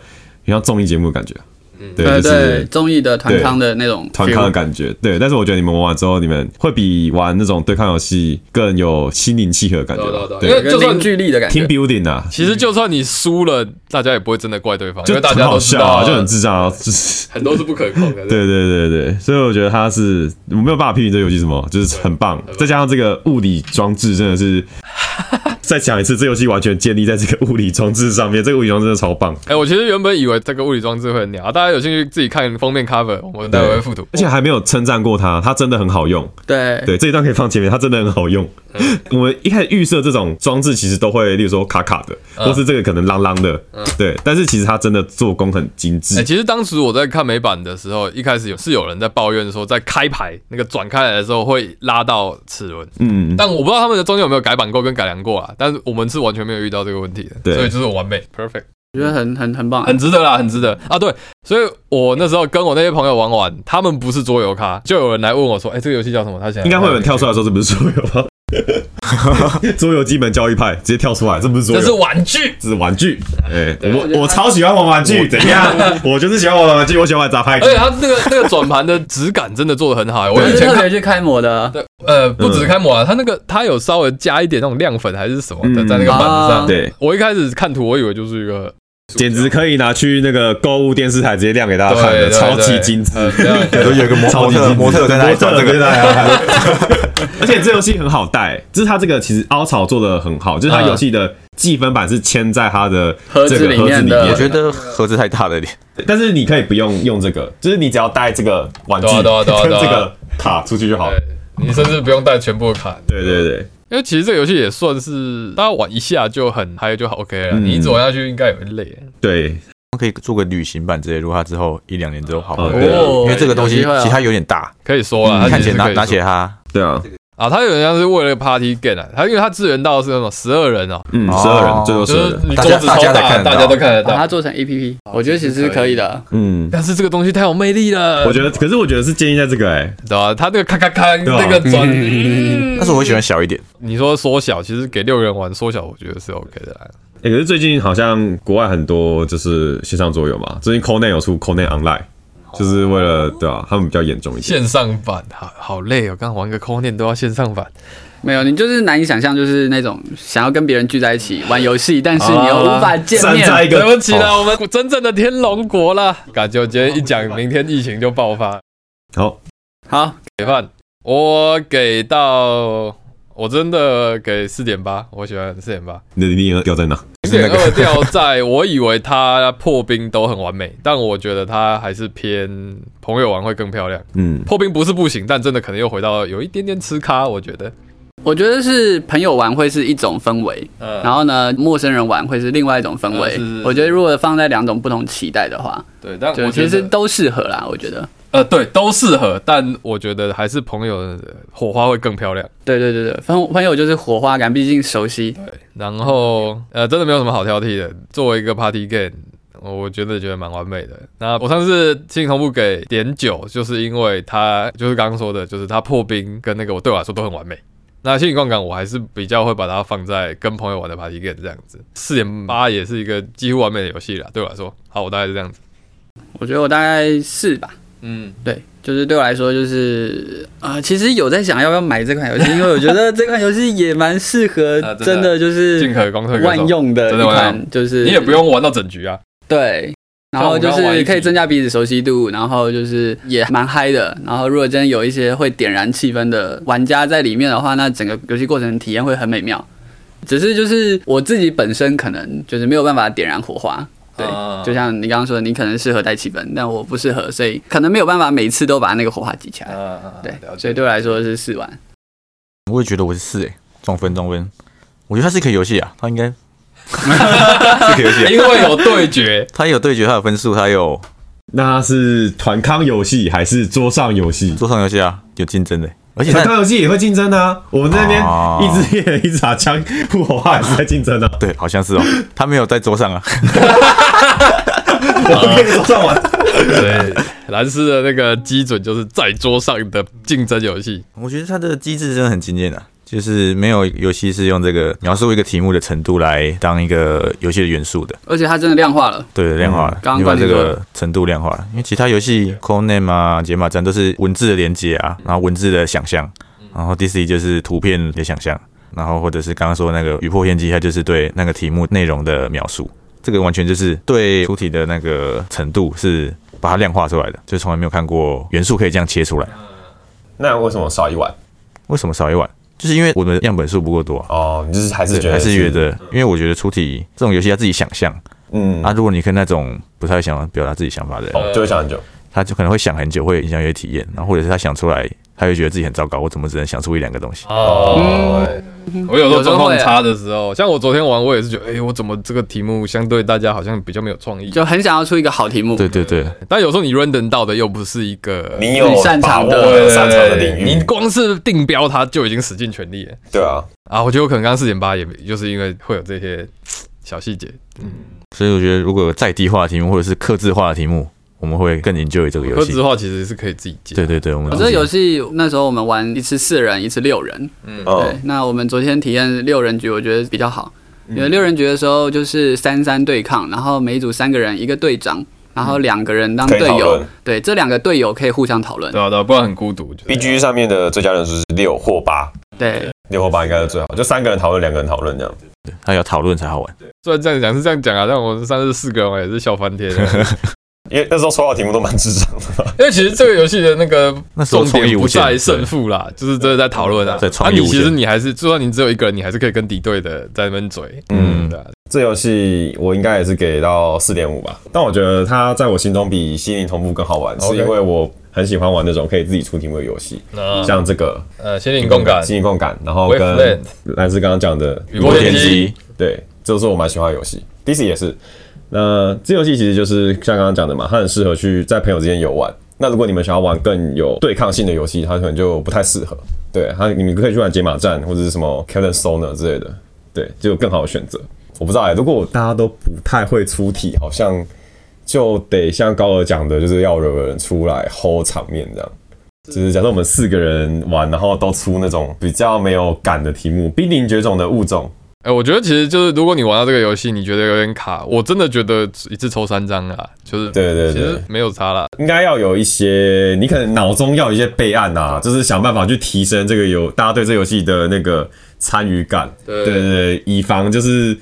[SPEAKER 4] 很像综艺节目的感觉，
[SPEAKER 2] 嗯
[SPEAKER 4] 对，
[SPEAKER 1] 对
[SPEAKER 4] 就
[SPEAKER 1] 呃对
[SPEAKER 4] 是，
[SPEAKER 1] 综艺的团康的那种
[SPEAKER 4] 团康的
[SPEAKER 1] feel
[SPEAKER 4] 感觉，对。但是我觉得你们玩完之后，你们会比玩那种对抗游戏更有心灵契合的感觉吧，
[SPEAKER 2] 对对对因为
[SPEAKER 1] 有
[SPEAKER 2] 就
[SPEAKER 1] 个
[SPEAKER 2] 算
[SPEAKER 1] 凝聚力的感觉
[SPEAKER 4] Team。building 啊，
[SPEAKER 2] 其实就算你输了，大家也不会真的怪对方，因
[SPEAKER 4] 就
[SPEAKER 2] 为大
[SPEAKER 4] 很
[SPEAKER 2] 家
[SPEAKER 4] 好
[SPEAKER 2] 都知
[SPEAKER 4] 笑
[SPEAKER 2] 道
[SPEAKER 4] 啊，
[SPEAKER 2] 啊
[SPEAKER 4] 就很智障啊，就是。
[SPEAKER 2] 很多是不可控的。
[SPEAKER 4] 对对对对，所以我觉得它是我没有办法批评这游戏什么，就是很棒。再加上这个物理装置真的是， <laughs> 再讲一次，这游戏完全建立在这个物理装置上面，这个物理装置真的超棒，
[SPEAKER 2] 哎、我其实原本以为这个物理装置会很鸟，啊大家有兴趣自己看封面 cover，我们待会会附图。
[SPEAKER 4] 而且还没有称赞过它，它真的很好用。
[SPEAKER 1] 对，
[SPEAKER 4] 对，这一段可以放前面，它真的很好用。我们一开始预设这种装置其实都会，例如说卡卡的，或是这个可能啷啷的，对。但是其实它真的做工很精
[SPEAKER 2] 哎、
[SPEAKER 4] 致，
[SPEAKER 2] 其实当时我在看美版的时候，一开始有是有人在抱怨说，在开牌那个转开来的时候会拉到齿轮，
[SPEAKER 4] 嗯，
[SPEAKER 2] 但我不知道他们的中间有没有改版过跟改良过啊。但是我们是完全没有遇到这个问题的，
[SPEAKER 4] 对
[SPEAKER 2] 所以就是完美，perfect，
[SPEAKER 1] 我觉得很很很棒。
[SPEAKER 2] <laughs> 很值得啦，很值得啊。对，所以我那时候跟我那些朋友玩玩，他们不是桌游咖，就有人来问我说，哎、这个游戏叫什么？他想
[SPEAKER 4] 应该会有人跳出来说这不是桌游吧？ <laughs> 桌游基本教育派直接跳出来，这不是桌
[SPEAKER 2] 哎这
[SPEAKER 4] 游，
[SPEAKER 2] 是玩具。
[SPEAKER 4] 是玩具。哎、
[SPEAKER 1] 我觉
[SPEAKER 4] 我
[SPEAKER 1] 得
[SPEAKER 4] 我
[SPEAKER 1] 它
[SPEAKER 4] 超喜欢玩玩具，怎样？我就是喜欢玩玩具，我喜欢玩杂牌
[SPEAKER 2] 而。且它那个那个转盘的质感真的做的很好、我
[SPEAKER 1] 我
[SPEAKER 2] 以
[SPEAKER 1] 是
[SPEAKER 2] 前
[SPEAKER 1] 特
[SPEAKER 2] 看
[SPEAKER 4] <laughs>
[SPEAKER 1] 别去开模的，
[SPEAKER 2] 对，呃，不只是开模啊，它那个它有稍微加一点那种亮粉还是什么的
[SPEAKER 4] 嗯
[SPEAKER 2] 在那个板子上。
[SPEAKER 1] 啊
[SPEAKER 4] 对，
[SPEAKER 2] 我一开始看图，我以为就是一个
[SPEAKER 4] 简直可以拿去那个购物电视台直接亮给大家看
[SPEAKER 2] 对
[SPEAKER 4] 的，
[SPEAKER 2] 对
[SPEAKER 4] 超级
[SPEAKER 2] 对
[SPEAKER 4] 精致。
[SPEAKER 2] 呃这样
[SPEAKER 5] 有 <laughs> 有一个模
[SPEAKER 4] 超
[SPEAKER 5] 模
[SPEAKER 4] 级精
[SPEAKER 5] 特
[SPEAKER 4] 致
[SPEAKER 5] 模特在那里
[SPEAKER 4] 模
[SPEAKER 5] 转
[SPEAKER 4] 特
[SPEAKER 5] 这
[SPEAKER 4] 在
[SPEAKER 5] 个，
[SPEAKER 4] 那里
[SPEAKER 5] <laughs>
[SPEAKER 4] 转而且这游戏很好带，就是它这个其实凹槽做的很好，就是它
[SPEAKER 2] 嗯
[SPEAKER 4] 游戏的计分板是牵在它的
[SPEAKER 1] 盒子
[SPEAKER 4] 这个
[SPEAKER 1] 里面的
[SPEAKER 5] 我觉得盒子太大了一点。
[SPEAKER 4] 但是你可以不用用这个，就是你只要带这个玩具
[SPEAKER 2] 对啊
[SPEAKER 4] 跟
[SPEAKER 2] 对啊对啊对啊
[SPEAKER 4] 这个卡出去就好了
[SPEAKER 2] 对。你甚至不用带全部的卡，
[SPEAKER 4] 对对对，
[SPEAKER 2] 因为其实这个游戏也算是大家玩一下就很嗨就好 OK 了，
[SPEAKER 4] 嗯
[SPEAKER 2] 你一直玩下去应该也会累。
[SPEAKER 4] 对，
[SPEAKER 5] 可以做个旅行版之类，如果它之后一两年之后好玩，
[SPEAKER 4] 哦对
[SPEAKER 1] 哦
[SPEAKER 5] 因为这个东西
[SPEAKER 1] 有机会啊
[SPEAKER 5] 其实它有点大，
[SPEAKER 2] 可以说啊啦，它
[SPEAKER 4] 嗯
[SPEAKER 5] 你看
[SPEAKER 2] 其
[SPEAKER 5] 起
[SPEAKER 2] 实
[SPEAKER 5] 来
[SPEAKER 2] 是可
[SPEAKER 5] 拿
[SPEAKER 2] 以
[SPEAKER 5] 拿起
[SPEAKER 2] 说
[SPEAKER 5] 来它
[SPEAKER 4] 对啊，
[SPEAKER 2] 啊，它有点像是为了 party game 啊，它因为它支援到的是那种十二人哦，
[SPEAKER 4] 嗯，
[SPEAKER 5] 哦
[SPEAKER 4] 十二人，最多
[SPEAKER 2] 就
[SPEAKER 4] 十二
[SPEAKER 2] 是
[SPEAKER 4] 人，
[SPEAKER 2] 你
[SPEAKER 5] 大
[SPEAKER 2] 桌
[SPEAKER 5] 家
[SPEAKER 2] 子
[SPEAKER 5] 大
[SPEAKER 2] 超
[SPEAKER 5] 家
[SPEAKER 2] 大，
[SPEAKER 5] 都看得到
[SPEAKER 2] 大家都看得
[SPEAKER 1] 把它
[SPEAKER 2] 到。
[SPEAKER 1] 做成 A P P，我觉得其实是可以的。
[SPEAKER 4] 嗯，
[SPEAKER 2] 但是这个东西太有魅力了，
[SPEAKER 4] 我觉得，可是我觉得是建议在这个哎、
[SPEAKER 2] 对吧？它那个咔咔咔
[SPEAKER 4] 对啊
[SPEAKER 2] 那个转，
[SPEAKER 1] 嗯
[SPEAKER 2] 嗯
[SPEAKER 5] 但是我会喜欢小一点。
[SPEAKER 2] 你说缩小，其实给六个人玩缩小，我觉得是 OK 的啦。
[SPEAKER 4] 欸可是最近好像国外很多就是线上桌游嘛，最近 c o n a n 有出 c o n a n Online，就是为了对啊，他们比较严重一些。
[SPEAKER 2] 线上版好好累哦，刚玩个 c o 都要线上版，
[SPEAKER 1] <laughs> 没有，你就是难以想象，就是那种想要跟别人聚在一起玩游戏，但是你又无法见
[SPEAKER 4] 站
[SPEAKER 1] 面。
[SPEAKER 4] 在一
[SPEAKER 2] 对
[SPEAKER 4] 个
[SPEAKER 2] 不起啦，我们真正的天龙国啦。感觉我今天一讲，明天疫情就爆发。
[SPEAKER 4] 好，
[SPEAKER 1] 好，
[SPEAKER 2] 给饭，我给到，我真的给四点八，我喜欢四点八。
[SPEAKER 4] 你的名额掉在哪？
[SPEAKER 2] 零点二掉在，我以为它破冰都很完美，但我觉得它还是偏朋友玩会更漂亮。
[SPEAKER 4] 嗯，
[SPEAKER 2] 破冰不是不行，但真的可能又回到有一点点吃咖，我觉得。
[SPEAKER 1] 我觉得是朋友玩会是一种氛围，
[SPEAKER 2] 嗯
[SPEAKER 1] 然后呢，陌生人玩会是另外一种氛围。
[SPEAKER 2] 嗯是是是
[SPEAKER 1] 我觉得如果放在两种不同期待的话，
[SPEAKER 2] 对，但
[SPEAKER 1] 就
[SPEAKER 2] 我
[SPEAKER 1] 其
[SPEAKER 2] 觉
[SPEAKER 1] 实
[SPEAKER 2] 得
[SPEAKER 1] 都适合啦。我觉得
[SPEAKER 2] 呃，对，都适合，但我觉得还是朋友的火花会更漂亮。
[SPEAKER 1] 对对对对，朋朋友就是火花感，毕竟熟悉。
[SPEAKER 2] 然后呃，真的没有什么好挑剔的。作为一个 party game，我觉得觉得蛮完美的。那我上次心情同步给点九，就是因为它就是刚刚说的，就是它破冰跟那个我对我来说都很完美。那心理杠杆我还是比较会把它放在跟朋友玩的 party game 这样子，四点八也是一个几乎完美的游戏啦，对我来说。好，我大概是这样子。
[SPEAKER 1] 我觉得我大概是吧，
[SPEAKER 2] 嗯，
[SPEAKER 1] 对，就是对我来说就是啊、呃其实有在想要不要买这款游戏，因为我觉得这款游戏也蛮适合
[SPEAKER 2] <laughs> 啊真，的
[SPEAKER 1] 真的就是
[SPEAKER 2] 进可攻退可
[SPEAKER 1] 万
[SPEAKER 2] 守，
[SPEAKER 1] 用的
[SPEAKER 2] 真的
[SPEAKER 1] 一
[SPEAKER 2] 万用
[SPEAKER 1] 款，就是
[SPEAKER 2] 你也不用玩到整局啊。
[SPEAKER 1] 对。然后就是可以增加彼此熟悉度，然后就是也蛮嗨的。然后如果真的有一些会点燃气氛的玩家在里面的话，那整个游戏过程体验会很美妙。只是就是我自己本身可能就是没有办法点燃火花，对，
[SPEAKER 2] 啊
[SPEAKER 1] 就像你刚刚说的，你可能适合带气氛，但我不适合，所以可能没有办法每次都把那个火花激起来。
[SPEAKER 2] 啊
[SPEAKER 1] 对，所以对我来说是试玩。
[SPEAKER 5] 我也觉得我是四哎，中分中分，我觉得它是一个游戏啊，它应该是个游戏、啊，
[SPEAKER 2] 因为有对
[SPEAKER 1] <laughs>
[SPEAKER 2] 决，
[SPEAKER 5] 它有对决，它有分数，它有
[SPEAKER 4] 那是团康游戏还是桌上游戏？
[SPEAKER 5] 桌上游戏啊，有竞争的、而且
[SPEAKER 4] 团
[SPEAKER 5] 它
[SPEAKER 4] 康游戏也会竞争啊，我们在那边
[SPEAKER 5] 哦
[SPEAKER 4] 一直演一直打枪，我话也是在竞争 <laughs> 啊。
[SPEAKER 5] 对，好像是哦，它没有在桌上啊， <laughs>
[SPEAKER 4] 我跟你桌上玩，
[SPEAKER 2] 对，蓝斯的那个基准就是在桌上的竞争游戏。
[SPEAKER 5] 我觉得它的机制真的很惊艳啊，就是没有游戏是用这个描述一个题目的程度来当一个游戏的元素的，
[SPEAKER 1] 而且它真的量化了，
[SPEAKER 5] 对，量化了，
[SPEAKER 1] 嗯刚刚
[SPEAKER 5] 你把
[SPEAKER 1] 冠
[SPEAKER 5] 这
[SPEAKER 1] 军说
[SPEAKER 5] 个程度量化了，因为其他游戏 Codename 啊、解码战都是文字的连接啊，
[SPEAKER 1] 嗯
[SPEAKER 5] 然后文字的想象，然后 DC 就是图片的想象，然后或者是刚刚说那个雨破天机，它就是对那个题目内容的描述，这个完全就是对出题的那个程度是把它量化出来的，就从来没有看过元素可以这样切出来。
[SPEAKER 1] 嗯
[SPEAKER 4] 那为什么少一碗？
[SPEAKER 5] 为什么少一碗？就是因为我们的样本数不够多、啊。
[SPEAKER 4] 哦，你就是还是觉
[SPEAKER 5] 对，
[SPEAKER 4] 得
[SPEAKER 5] 还是觉得，因为我觉得出题这种游戏要自己想象、
[SPEAKER 4] 嗯，
[SPEAKER 5] 啊。如果你跟那种不太想表达自己想法的人，
[SPEAKER 4] 哦，就会想很久。
[SPEAKER 5] 他就可能会想很久，会影响一些体验，然后或者是他想出来，他会觉得自己很糟糕，我怎么只能想出一两个东西？
[SPEAKER 2] 哦，我有时候状况
[SPEAKER 1] 有时候会啊
[SPEAKER 2] 差的时候，像我昨天玩，我也是觉得，哎、我怎么这个题目相对大家好像比较没有创意？
[SPEAKER 1] 就很想要出一个好题目。
[SPEAKER 5] 对对对，
[SPEAKER 2] 但有时候你 random 到的又不是一个，呃
[SPEAKER 4] 你
[SPEAKER 1] 你
[SPEAKER 4] 有
[SPEAKER 1] 擅长的
[SPEAKER 4] 把握擅长的领
[SPEAKER 2] 你
[SPEAKER 4] 域，
[SPEAKER 2] 光是定标它就已经使尽全力了
[SPEAKER 4] 对啊，
[SPEAKER 2] 啊！我觉得我可能刚刚四点八，也就是因为会有这些嘖小细节，
[SPEAKER 5] 所以我觉得如果有在地化的题目或者是克制化的题目，我们会更 enjoy 这个游
[SPEAKER 2] 科
[SPEAKER 5] 戏
[SPEAKER 2] 字。化其实是可以自己解。
[SPEAKER 5] 对对对，我们
[SPEAKER 1] 我这个游戏那时候我们玩一次四人，一次六人。对
[SPEAKER 4] 嗯，，
[SPEAKER 1] 那我们昨天体验六人局，我觉得比较好，因为六人局的时候就是三三对抗，然后每一组三个人，一个队长，然后两个人当
[SPEAKER 4] 可以
[SPEAKER 1] 队
[SPEAKER 4] 讨
[SPEAKER 1] 友
[SPEAKER 4] 论，
[SPEAKER 1] 对，这两个队友可以互相讨论
[SPEAKER 2] 对。啊对啊，不然很孤独。就是
[SPEAKER 4] B G 上面的最佳人数是六或八，
[SPEAKER 1] 对，
[SPEAKER 4] 六或八应该是最好，就三个人讨论，两个人讨论这样。
[SPEAKER 5] 还要讨论才好玩。
[SPEAKER 2] 虽然这样讲是这样讲啊，但我上次四个人玩也是笑翻天了。
[SPEAKER 5] <laughs>
[SPEAKER 4] 因为那时候所有题目都蛮智障 <laughs> 的，
[SPEAKER 2] 因为其实这个游戏的那个
[SPEAKER 5] 那时候
[SPEAKER 2] 重
[SPEAKER 5] 创意
[SPEAKER 2] 点
[SPEAKER 5] 无
[SPEAKER 2] 不
[SPEAKER 5] 限
[SPEAKER 2] 在胜负啦，就是真的在讨论啊。
[SPEAKER 5] 在创意
[SPEAKER 2] 啊
[SPEAKER 5] 无
[SPEAKER 2] 你
[SPEAKER 5] 限
[SPEAKER 2] 其实你还是，就算你只有一个人，你还是可以跟敌对的在那边嘴。
[SPEAKER 5] 嗯
[SPEAKER 2] 嗯，对啊。
[SPEAKER 4] 这游戏我应该也是给到四点五吧，但我觉得它在我心中比《心灵同步》更好玩，是
[SPEAKER 2] OK
[SPEAKER 4] 因为我很喜欢玩那种可以自己出题目的游戏，
[SPEAKER 2] 那
[SPEAKER 4] 像这个
[SPEAKER 2] 呃，心灵共感
[SPEAKER 4] 《心灵共嗯感》，然后
[SPEAKER 2] Waveland
[SPEAKER 4] 跟兰斯刚刚讲的
[SPEAKER 2] 雨过天机，
[SPEAKER 4] 对，这是我蛮喜欢的游戏。DC 也是。那这游戏其实就是像刚刚讲的嘛，它很适合去在朋友之间游玩。那如果你们想要玩更有对抗性的游戏，它可能就不太适合。对，它你们可以去玩解码战或者是什么 Captain Sonar 之类的，对，就有更好的选择。我不知道哎、如果大家都不太会出题，好像就得像高尔讲的，就是要有人出来 hold 场面这样。就是假设我们四个人玩，然后都出那种比较没有感的题目，濒临绝种的物种，
[SPEAKER 2] 哎、我觉得其实就是，如果你玩到这个游戏，你觉得有点卡，我真的觉得一次抽三张啊，就是
[SPEAKER 4] 对对对
[SPEAKER 2] 其实没有差啦。
[SPEAKER 4] 应该要有一些，你可能脑中要有一些备案呐、就是想办法去提升这个游大家对这游戏的那个参与感。对对对，以防就是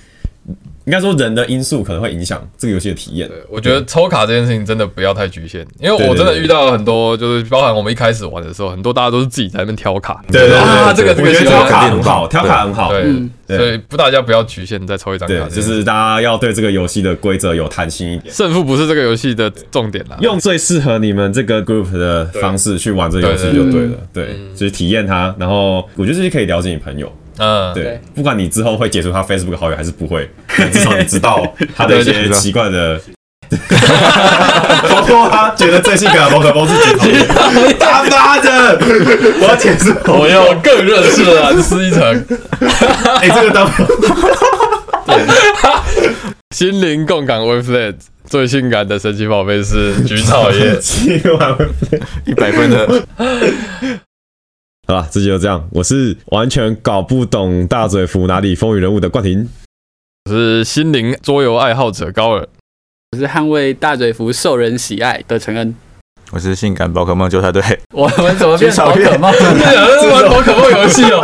[SPEAKER 4] 应该说人的因素可能会影响这个游戏的体验。
[SPEAKER 2] 我觉得抽卡这件事情真的不要太局限，因为我真的遇到很多，就是包含我们一开始玩的时候，很多大家都是自己在那边挑卡，
[SPEAKER 4] 对对对
[SPEAKER 2] 啊，这个这
[SPEAKER 4] 我
[SPEAKER 2] 个
[SPEAKER 4] 觉得
[SPEAKER 2] 喜
[SPEAKER 4] 挑
[SPEAKER 2] 欢
[SPEAKER 4] 卡很好，挑卡很好。
[SPEAKER 2] 对，
[SPEAKER 4] 对
[SPEAKER 2] 所以不大家不要局限在抽一张卡这
[SPEAKER 4] 对，
[SPEAKER 2] 件事情，
[SPEAKER 4] 就是大家要对这个游戏的规则有弹性一点，
[SPEAKER 2] 胜负不是这个游戏的重点啦。
[SPEAKER 4] 用最适合你们这个 group 的方式去玩这个游戏就对了。对，就是体验它，然后我觉得这是可以了解你朋友。
[SPEAKER 2] 嗯，
[SPEAKER 4] 对，不管你
[SPEAKER 2] <laughs>
[SPEAKER 4] 之后会解除他 Facebook 好友还是不会，至少你知道他的一
[SPEAKER 2] 对
[SPEAKER 4] 些
[SPEAKER 2] <laughs> 知道
[SPEAKER 4] 奇怪的包括他觉得最性感的宝可梦是几头？他妈的！我要解释，
[SPEAKER 2] 我要更认识了蓝思一层，
[SPEAKER 4] 哎，这个当。
[SPEAKER 2] 心灵共感 Wavelet 最性感的神奇宝贝是菊草 <laughs> 叶
[SPEAKER 4] 七万会
[SPEAKER 5] 一百分的，
[SPEAKER 4] 好了，这集就这样。我是完全搞不懂大嘴服哪里风云人物的冠廷。
[SPEAKER 2] 我是心灵桌游爱好者高尔，
[SPEAKER 1] 我是捍卫大嘴服受人喜爱的承恩。
[SPEAKER 5] <laughs> 我是性感宝可梦纠察队。
[SPEAKER 1] 我们怎么变 <laughs>
[SPEAKER 4] <laughs>
[SPEAKER 5] 举手
[SPEAKER 1] 宝可梦？
[SPEAKER 2] 这人玩宝可梦游戏哦，